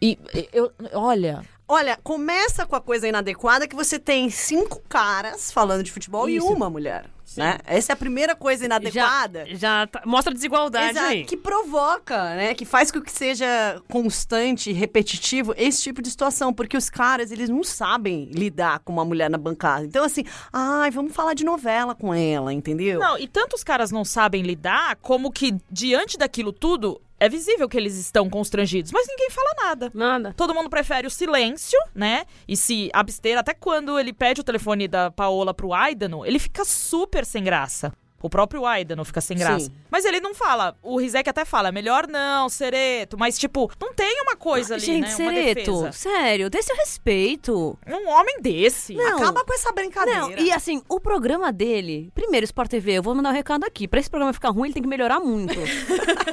J: E e- eu, olha,
D: Olha, começa com a coisa inadequada que você tem cinco caras falando de futebol
C: Isso.
D: e uma mulher. Né? Essa é a primeira coisa inadequada.
C: Já, tá- mostra a desigualdade
D: Exato,
C: aí.
D: Que provoca, né? Que faz com que seja constante, e repetitivo, esse tipo de situação. Porque os caras, eles não sabem lidar com uma mulher na bancada. Então, assim, ai, vamos falar de novela com ela, entendeu?
B: Não, e tanto os caras não sabem lidar, como que diante daquilo tudo, é visível que eles estão constrangidos, mas ninguém fala nada.
C: Nada.
B: Todo mundo prefere o silêncio, né? E se abster, até quando ele pede o telefone da Paola pro Aidano, ele fica super sem graça. O próprio Aidano fica sem graça.
C: Sim.
B: Mas ele não fala. O Rizek até fala, melhor não, Sereto. Mas, tipo, não tem uma coisa ali,
C: Gente,
B: né? Uma
C: Sereto,
B: defesa.
C: sério, dê seu respeito.
B: Um homem desse.
D: Acaba com essa brincadeira.
C: Não, e assim, o programa dele, primeiro Sport TV, eu vou mandar um recado aqui. Pra esse programa ficar ruim, ele tem que melhorar muito.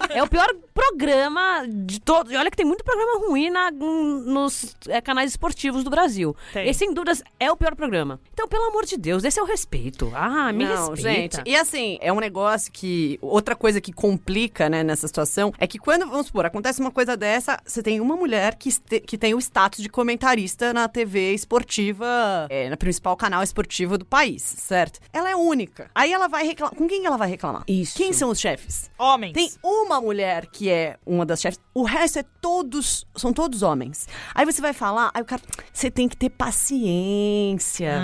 C: é o pior programa de todos. E olha que tem muito programa ruim na- nos é, canais esportivos do Brasil.
D: Tem.
C: Esse, sem dúvidas, é o pior programa. Então, pelo amor de Deus, esse é o respeito. Ah, me
D: não,
C: respeita.
D: gente. E assim, é um negócio que. Outra coisa que complica, né, nessa situação é que quando, vamos supor, acontece uma coisa dessa, você tem uma mulher que, este- que tem o status de comentarista na TV esportiva, é, na principal canal esportivo do país, certo? Ela é única. Aí ela vai reclamar. Com quem ela vai reclamar? Isso. Quem são os chefes?
B: Homens.
D: Tem uma mulher que é uma das chefes, o resto é todos, são todos homens. Aí você vai falar, aí o cara, você tem que ter paciência.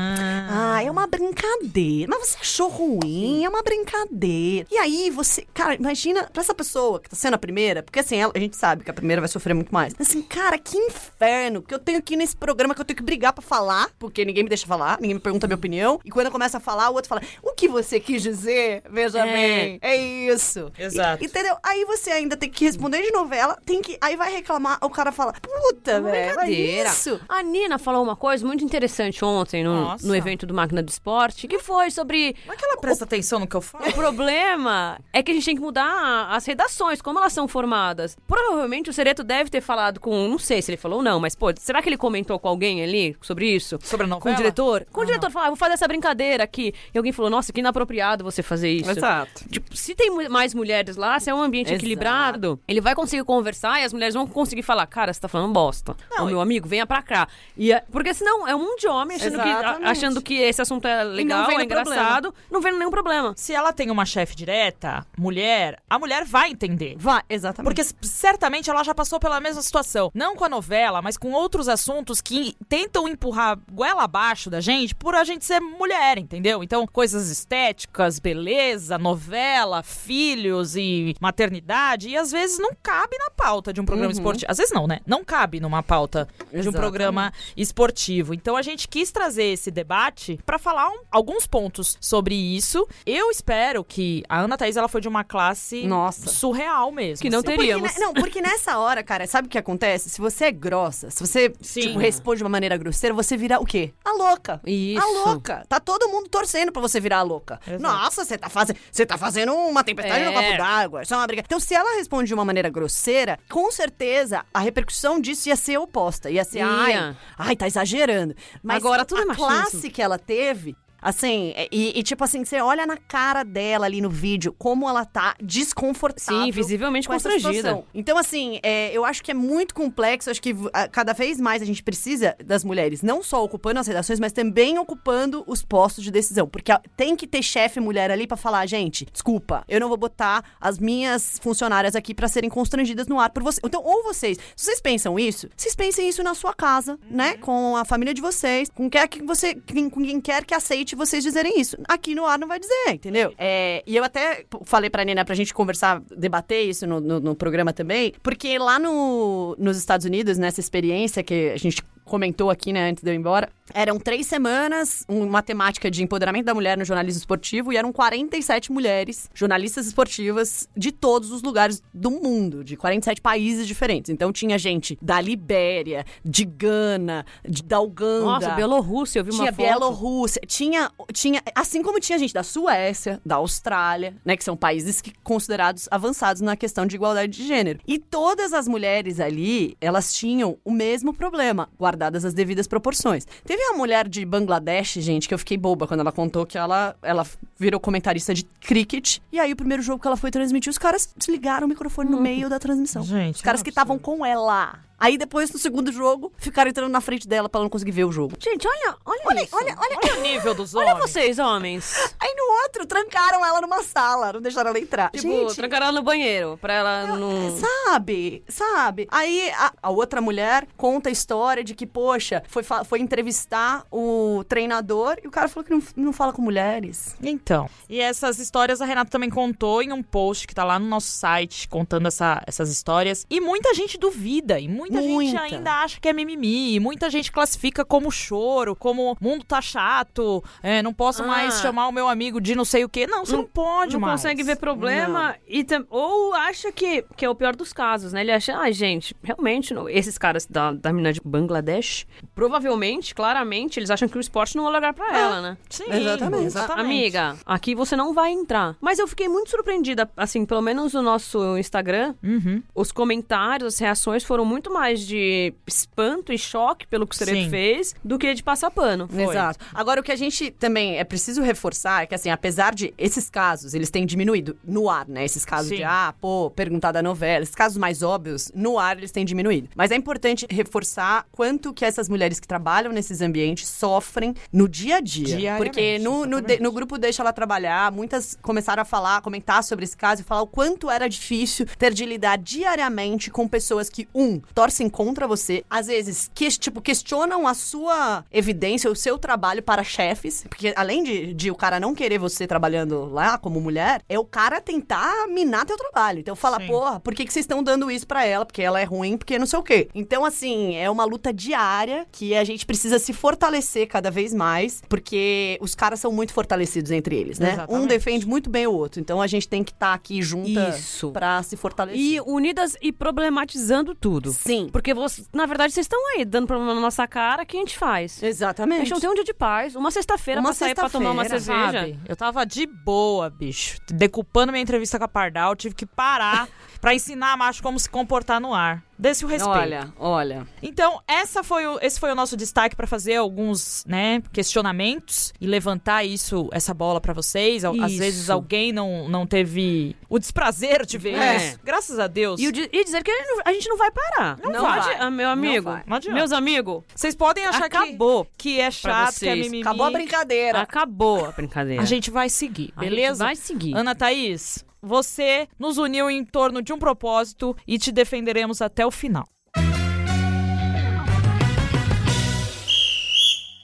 D: Ah, é uma brincadeira. Mas você achou ruim, é uma brincadeira. E aí você, cara, imagina pra essa pessoa que tá sendo a primeira, porque assim, ela- a gente sabe que a primeira vai sofrer muito mais. Assim, cara, que inferno que eu tenho que ir nesse programa que eu tenho que brigar pra falar, porque ninguém me deixa falar, ninguém me pergunta a minha opinião. E quando eu começo a falar, o outro fala, o que você quis dizer? Veja
B: É.
D: bem, é isso.
B: Exato.
D: E- Entendeu? Aí você ainda tem que responder de novela, tem que. Aí vai vai reclamar, o cara fala, puta, velho, olha
C: Brincadeira.
D: isso.
C: é A Nina falou uma coisa muito interessante ontem no,
B: Nossa.
C: no evento do Máquina do Esporte, que foi sobre.
B: Mas que ela presta atenção no que eu falo?
C: O problema é que a gente tem que mudar as redações, como elas são formadas. Provavelmente o Sereto deve ter falado com. Não sei se ele falou ou não, mas, pô, será que ele comentou com alguém ali sobre isso?
B: Sobre a novela?
C: Com o diretor? Com o diretor, falar, ah, vou fazer essa brincadeira aqui. E alguém falou, nossa, que inapropriado você fazer isso.
D: Exato.
C: Tipo, se tem mu- mais mulheres lá, se é um ambiente
D: Exato.
C: equilibrado, ele vai conseguir conversar e as mulheres vão conseguir falar, cara, você tá falando bosta. Ô, meu amigo, venha pra cá. E é- porque senão é um monte de homem achando que,
D: Exatamente.
C: a- achando que esse assunto é
D: não
C: legal,
D: vendo
C: é engraçado, não vendo nenhum problema.
B: Se ela tem uma chefe direta, mulher, a mulher vai entender.
D: Vai, exatamente.
B: Porque s- certamente ela já passou pela mesma situação. Não com a novela, mas com outros assuntos que tentam empurrar goela abaixo da gente por a gente ser mulher, entendeu? Então, coisas estéticas, beleza, novela, filhos e maternidade. E às vezes não cabe na pauta de um
C: Uhum.
B: programa esportivo. Às vezes não, né? Não cabe numa pauta de um
D: Exatamente.
B: programa esportivo. Então a gente quis trazer esse debate pra falar um- alguns pontos sobre isso. Eu espero que a Ana Thaís ela foi de uma classe
D: Nossa.
B: surreal mesmo.
C: Que não
B: assim.
C: teria
D: Porque,
C: Teríamos.
D: ne- não, porque nessa hora, cara, sabe o que acontece? Se você é grossa, se você
B: Sim.
D: tipo, responde de uma maneira grosseira, você vira o quê? A louca.
C: Isso.
D: A louca. Tá todo mundo torcendo pra você virar a louca. Nossa, você tá, faze... você tá fazendo uma tempestade no
C: É.
D: copo d'água. Isso é uma briga. Então, se ela responde de uma maneira grosseira, com certeza a repercussão disso ia ser oposta. Ia ser, ai,
C: Ia.
D: ai, tá exagerando. Mas
C: Agora tudo
D: a
C: é machismo.
D: classe que ela teve. Assim, e, e tipo assim, você olha na cara dela ali no vídeo como ela tá desconfortável.
C: Sim, visivelmente
D: com essa
C: constrangida.
D: situação. Então, assim, é, eu acho que é muito complexo. Acho que ah, cada vez mais a gente precisa das mulheres, não só ocupando as redações, mas também ocupando os postos de decisão. Porque ah, tem que ter chefe mulher ali pra falar, gente, desculpa, eu não vou botar as minhas funcionárias aqui pra serem constrangidas no ar por você. Então, ou vocês, se vocês pensam isso, vocês pensem isso na sua casa,
C: Uhum.
D: né? Com a família de vocês, com quem, é que você, com quem quer que aceite vocês dizerem isso. Aqui no ar não vai dizer, entendeu? É, e eu até p- falei pra Nina pra gente conversar, debater isso no, no- no programa também, porque lá no, nos Estados Unidos, nessa experiência que a gente comentou aqui, né, antes de eu ir embora, eram três semanas, um, uma temática de empoderamento da mulher no jornalismo esportivo, e eram 47 mulheres, jornalistas esportivas, de todos os lugares do mundo, de 47 países diferentes. Então tinha gente da Libéria, de Gana, de, da Uganda.
C: Nossa, Bielorrússia, eu vi uma
D: Tinha
C: foto.
D: Bielorrússia, tinha, tinha. Assim como tinha gente da Suécia, da Austrália, né? Que são países que, considerados avançados na questão de igualdade de gênero. E todas as mulheres ali, elas tinham o mesmo problema, guardadas as devidas proporções. Teve uma mulher de Bangladesh, gente, que eu fiquei boba quando ela contou que ela, ela virou comentarista de cricket. E aí, o primeiro jogo que ela foi transmitir, os caras desligaram o microfone no meio da transmissão.
B: Gente,
D: Os caras que estavam com ela. Aí depois, no segundo jogo, ficaram entrando na frente dela pra ela não conseguir ver o jogo.
C: Gente, olha, olha, isso.
D: Olha, olha,
B: Olha o nível dos
C: Olha
B: homens.
C: vocês, homens.
D: Aí no outro, trancaram ela numa sala, não deixaram ela entrar.
C: Tipo, trancaram ela no banheiro, pra ela não...
D: Sabe, sabe? Aí a, a outra mulher conta a história de que, poxa, foi, fa- foi entrevistar o treinador e o cara falou que não, não fala com mulheres.
B: Então. E essas histórias a Renata também contou em um post que tá lá no nosso site, contando essa- essas histórias. E muita gente duvida, e muita, gente
D: Muita.
B: ainda acha que é mimimi, e muita gente classifica como choro, como mundo tá chato, é, não posso
C: Ah.
B: mais chamar o meu amigo de não sei o quê. Não, você não, pode
C: não
B: mais.
C: consegue ver problema e tam- ou acha que, que é o pior dos casos, né? Ele acha, ai, gente, realmente, não- esses caras da, da mina de Bangladesh, provavelmente, claramente, eles acham que o esporte não é lugar pra ela, né?
B: Ah, Sim,
D: Exatamente.
B: exatamente.
C: Amiga, aqui você não vai entrar. Mas eu fiquei muito surpreendida, assim, pelo menos no nosso Instagram,
I: Mm-hmm.
B: Uhum.
C: os comentários, as reações foram muito mais de espanto e choque pelo que o Sereto
B: Sim.
C: fez do que de passar pano.
D: Exato. Agora, o que a gente também é preciso reforçar é que, assim, apesar de esses casos, eles têm diminuído no ar, né? Esses casos
B: Sim.
D: de, ah, pô, perguntar da novela, esses casos mais óbvios, no ar eles têm diminuído. Mas é importante reforçar quanto que essas mulheres que trabalham nesses ambientes sofrem no dia a dia.
B: Diariamente,
D: Porque no, no, de- no grupo Deixa Ela Trabalhar, muitas começaram a falar, comentar sobre esse caso e falar o quanto era difícil ter de lidar diariamente com pessoas que, um, torcem contra você, às vezes, que, tipo, questionam a sua evidência, o seu trabalho para chefes, porque além de, de o cara não querer você trabalhando lá como mulher, é o cara tentar minar teu trabalho. Então fala,
B: Sim.
D: porra, por que, que vocês estão dando isso pra ela? Porque ela é ruim, porque não sei o quê. Então, assim, é uma luta diária que a gente precisa se fortalecer cada vez mais, porque os caras são muito fortalecidos entre entre eles, né?
C: Exatamente.
D: Um defende muito bem o outro. Então a gente tem que estar aqui junta
C: Isso.
D: pra se fortalecer.
C: E unidas e problematizando tudo. Sim. Porque, você, na verdade, vocês estão aí dando problema na nossa cara, que a gente faz?
D: Exatamente.
C: A gente não tem um dia de paz. Uma sexta-feira
B: Uma
C: pra sair pra tomar uma cerveja.
B: sexta-feira, sabe? Eu tava de boa, bicho. Decupando minha entrevista com a Pardal, tive que parar pra ensinar a macho como se comportar no ar. Desse o respeito.
C: Olha, olha.
B: Então, essa foi o- esse foi o nosso destaque pra fazer alguns né, questionamentos e levantar isso, essa bola pra vocês. Al- Às
C: Isso.
B: vezes alguém não, não teve o desprazer de ver
C: É.
B: isso. Graças a Deus.
C: E, o di- e dizer que ele não- a gente não vai parar. Não,
B: vai.
C: adi- ah, meu amigo.
B: Não vai. Não adianta.
C: Meus amigos.
B: Vocês podem achar que-
C: Acabou.
B: que é chato, que é mimimi. Acabou a
D: brincadeira.
C: Acabou a brincadeira.
B: A gente vai seguir,
C: A gente
B: beleza?
C: vai seguir.
B: Ana Thaís, você nos uniu em torno de um propósito e te defenderemos até o final.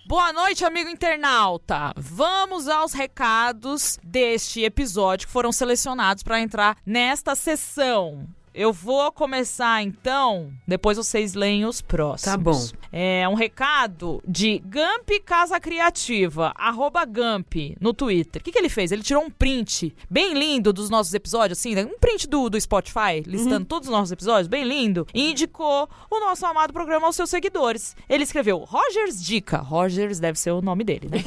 B: Boa noite, amigo internauta. Vamos aos recados deste episódio que foram selecionados para entrar nesta sessão. Eu vou começar então, depois vocês leem os próximos.
C: Tá bom.
B: É um recado de Gamp Casa Criativa, arroba Gamp, no Twitter. O que, que ele fez? Ele tirou um print bem lindo dos nossos episódios, assim, né? um print do, do Spotify, listando todos os nossos episódios, bem lindo, e indicou o nosso amado programa aos seus seguidores. Ele escreveu Rogers Dica. Rogers deve ser o nome dele, né?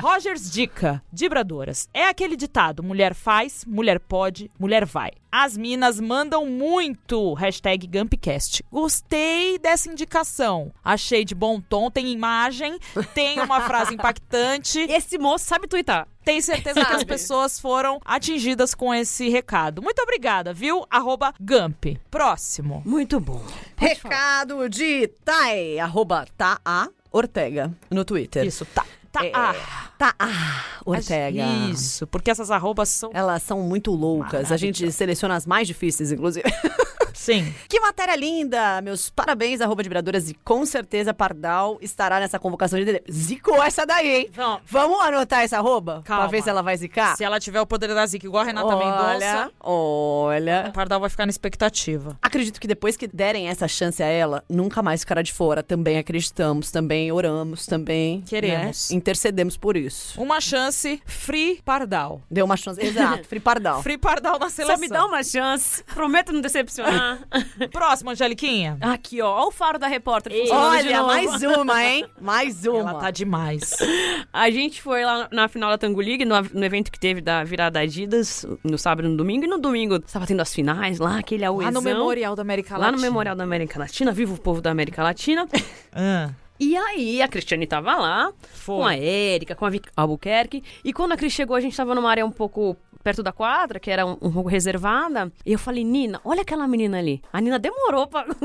B: Rogers Dica, Dibradoras. É aquele ditado: mulher faz, mulher pode, mulher vai. As minas mandam muito. Hashtag Gumpcast. Gostei dessa indicação. Achei de bom tom, tem imagem, tem uma frase impactante.
C: Esse moço sabe twittar.
B: Tenho certeza que as pessoas foram atingidas com esse recado. Muito obrigada, viu? Arroba Gump. Próximo.
C: Muito bom.
D: Recado de Thay, arroba Taa Ortega no Twitter.
B: Isso, tá. Tá. ah.
D: Tá, ah, Ortega.
B: Isso, porque essas arrobas são.
D: Elas são muito loucas. A gente seleciona as mais difíceis, inclusive.
B: Sim.
D: Que matéria linda! Meus parabéns, arroba de Viradoras, e com certeza Pardal estará nessa convocação de dezembro. Zicou essa daí, hein?
B: Vamos.
D: Vamos anotar essa arroba?
B: Calma.
D: Pra ver se ela vai zicar?
B: Se é ela tiver o poder da Zica igual a Renata Mendonça,
D: Olha, olha.
B: o Pardal vai ficar na expectativa.
D: Acredito que depois que derem essa chance a ela, nunca mais ficará de fora. Também acreditamos, também oramos, também.
B: Queremos.
D: né? Intercedemos por isso.
B: Uma chance, Free Pardal.
D: Deu uma chance. Exato, Free Pardal.
B: Free Pardal na
C: Só
B: seleção.
C: me dá uma chance. Prometo não decepcionar.
B: Próximo, Angeliquinha.
C: Aqui, ó. Ó o faro da repórter. funcionando de
D: Olha,
C: novo.
D: mais uma, hein? Mais uma.
B: Ela tá demais.
C: A gente foi lá na final da Tango League, no, no evento que teve da virada Adidas, no sábado e no domingo. E no domingo estava tendo as finais lá, aquele auezão.
B: Lá Ah, no Memorial da América
C: Lá
B: Latina.
C: no Memorial da América Latina. Viva o povo da América Latina.
B: Ah,
C: E aí, a Cristiane tava lá,
B: Foi.
C: com a Érica, com a Vic Albuquerque. E quando a Cris chegou, a gente tava numa área um pouco perto da quadra, que era um, um pouco reservada. E eu falei, Nina, olha aquela menina ali. A Nina demorou pra...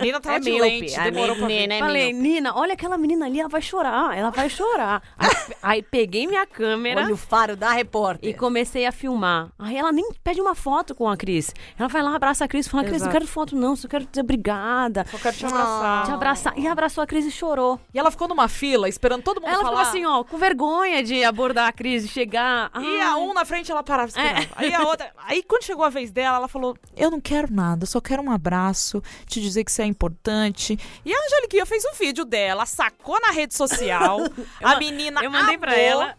B: Nina tava
D: É
B: tá de
D: míope,
B: lente,
D: a
B: demorou pra vir.
D: menina é
C: Falei, Nina, olha aquela menina ali, ela vai chorar, ela vai chorar. aí, aí peguei minha câmera
D: Olha o faro da repórter.
C: e comecei a filmar. Aí ela nem pede uma foto com a Cris. Ela vai lá, abraça a Cris, fala, Cris, não quero foto não, só quero dizer obrigada.
B: Eu quero te abraçar.
C: Te abraçar. E abraçou a Cris e chorou.
B: E ela ficou numa fila, esperando todo mundo
C: Ela ficou
B: falar.
C: assim, ó, com vergonha de abordar a Cris, de chegar.
B: E
C: Ai, É.
B: a um na frente ela parava esperava. Aí a outra. Aí quando chegou a vez dela, ela falou: Eu não quero nada, eu só quero um abraço, te dizer que você é importante. E a Angeliquinha fez um vídeo dela, sacou na rede social. a menina.
C: eu mandei pra
B: amou.
C: ela.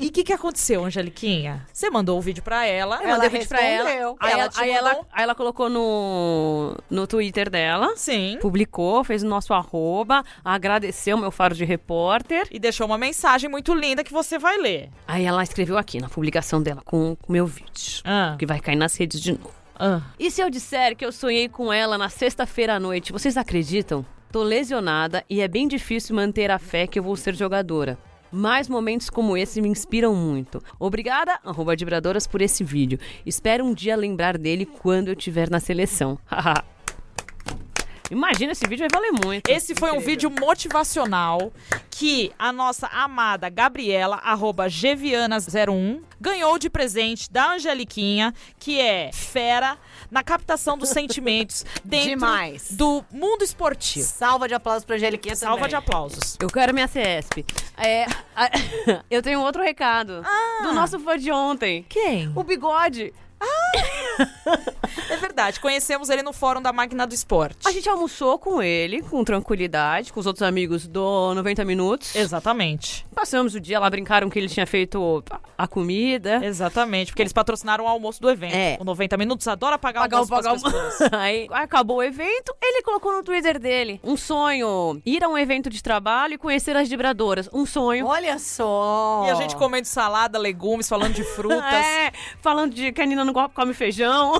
B: E o que, que aconteceu, Angeliquinha? Você mandou o vídeo pra ela.
C: Eu
B: ela
C: mandei o vídeo pra ela.
B: respondeu.
C: Aí
B: Ela
C: ela,
B: te
C: aí, ela,
B: mandou-
C: aí ela colocou no, no Twitter dela.
B: Sim.
C: Publicou, fez o nosso arroba, agradeceu meu faro de repórter.
B: E deixou uma mensagem muito linda que você vai ler.
C: Aí ela escreveu aqui na publicação dela com o meu vídeo,
B: Ah,
C: que vai cair nas redes de novo.
B: ah.
C: E se eu disser que eu sonhei com ela na sexta-feira à noite, vocês acreditam? Tô lesionada e é bem difícil manter a fé que eu vou ser jogadora. Mais momentos como esse me inspiram muito. Obrigada, arroba Dibradoras, por esse vídeo. Espero um dia lembrar dele quando eu estiver na seleção. Haha. Imagina, esse vídeo vai valer muito.
B: Esse foi um vídeo motivacional que a nossa amada Gabriela, arroba Geviana01, ganhou de presente da Angeliquinha, que é fera na captação dos sentimentos dentro
D: Demais.
B: do mundo esportivo.
D: Salva de aplausos pra Angeliquinha
B: Salva de
D: também.
B: aplausos.
C: Eu quero minha CESP. É, a- eu tenho outro recado do nosso fã de ontem.
B: Ah. Quem?
C: O bigode.
B: É verdade, conhecemos ele no fórum da Máquina do Esporte.
C: A gente almoçou com ele, com tranquilidade, com os outros amigos do 90 Minutos.
B: Exatamente.
C: passamos o dia lá, brincaram que ele tinha feito a comida.
B: Exatamente, porque eles patrocinaram o almoço do evento.
C: É.
B: O 90 Minutos adora pagar,
C: Pagar o
B: almoço
C: pagar
B: pras pessoas.
C: o Aí acabou o evento, ele colocou no Twitter dele um sonho: ir a um evento de trabalho e conhecer as vibradoras. Um sonho.
D: Olha só!
B: E a gente comendo salada, legumes, falando de frutas.
C: É, falando de que a Nina não go- come feijão.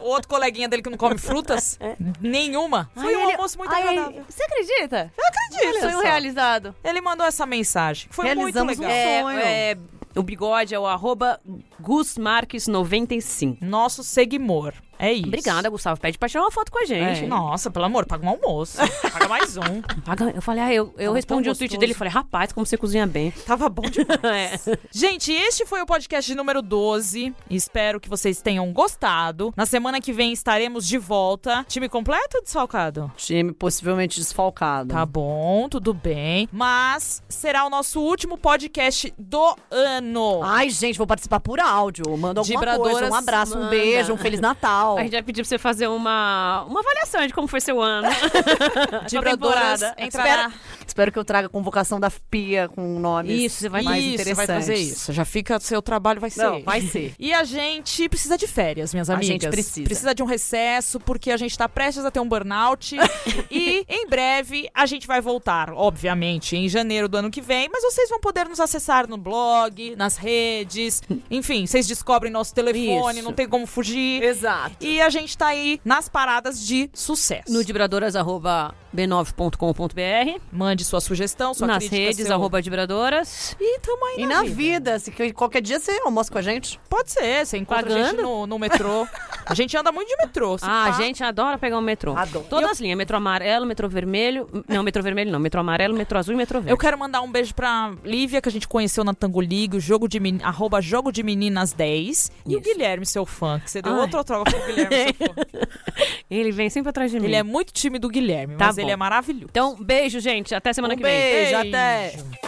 B: Outro coleguinha dele que não come frutas? Nenhuma. Foi um almoço muito agradável.
C: Você acredita?
B: Eu acredito.
C: Sonho realizado.
B: Ele mandou essa mensagem. Foi
C: Realizamos
B: muito
C: um
B: legal.
C: sonho. o bigode é o arroba gusmarques95.
B: Nosso seguimor. É isso.
C: Obrigada, Gustavo. Pede pra tirar uma foto com a gente.
B: É. Nossa, pelo amor, paga um almoço. Paga mais um.
C: Paga- Eu falei, ah, eu, eu
B: tão
C: respondi o tweet
B: gostoso.
C: dele e falei, "Ah, rapaz, como você cozinha bem. É.
B: Tava bom demais. Gente, este foi o podcast de número 12. Espero que vocês tenham gostado. Na semana que vem estaremos de volta. Time completo ou desfalcado?
D: Time possivelmente desfalcado.
B: Tá bom, tudo bem. Mas será o nosso último podcast do ano.
D: Ai, gente, vou participar por áudio. Manda alguma coisa.
B: Vibradoras,
D: Um abraço, um
B: manda.
D: beijo, um Feliz Natal.
C: A gente vai pedir pra você fazer uma, uma avaliação de como foi seu ano. Sua
D: Vibradoras,
C: temporada.
D: entra lá. Espero que eu traga a convocação da FIA com nomes
C: Isso, você vai-
D: mais
B: isso, você vai
D: interessantes.
B: fazer isso. Já fica, seu trabalho vai ser.
D: Não,
B: esse.
D: vai ser.
B: E a gente precisa de férias, minhas
D: A
B: amigas.
D: gente precisa.
B: de um recesso, porque a gente tá prestes a ter um burnout. e em breve a gente vai voltar, obviamente, em janeiro do ano que vem. Mas vocês vão poder nos acessar no blog, nas redes. Enfim, vocês descobrem nosso telefone,
C: Isso.
B: não tem como fugir.
D: Exato.
B: E a gente tá aí nas paradas de sucesso.
C: No vibradoras.b9.com.br.
B: Mande sua sugestão, sua
C: Nas
B: crítica,
C: redes,
B: seu-
C: arroba vibradoras.
B: E tamo aí
D: E
B: na
D: na
B: vida.
D: vida, se que- qualquer dia você
B: tá
D: almoça com a gente.
B: Pode ser, você encontra a gente
C: Pagando?
B: no, no metrô. A gente anda muito de metrô. se
C: Ah,
B: pá.
C: a gente adora pegar o metrô.
D: Adoro.
C: Todas as linhas, metrô amarelo, metrô vermelho. Não, metrô vermelho não, metrô amarelo, metrô azul e metrô verde.
B: Eu quero mandar um beijo pra Lívia, que a gente conheceu na Tangolig, o jogo de meni- arroba jogo de meninas 10. E o Guilherme, seu fã, que você deu
C: Ai.
B: outro autógrafo pro Guilherme, seu fã.
C: Ele vem sempre atrás de mim.
B: Ele é muito time do Guilherme,
C: Tá
B: mas
C: bom.
B: ele é maravilhoso.
C: Então, beijo, gente. Até semana
D: Um
C: que vem.
D: beijo, até.
B: Beijo.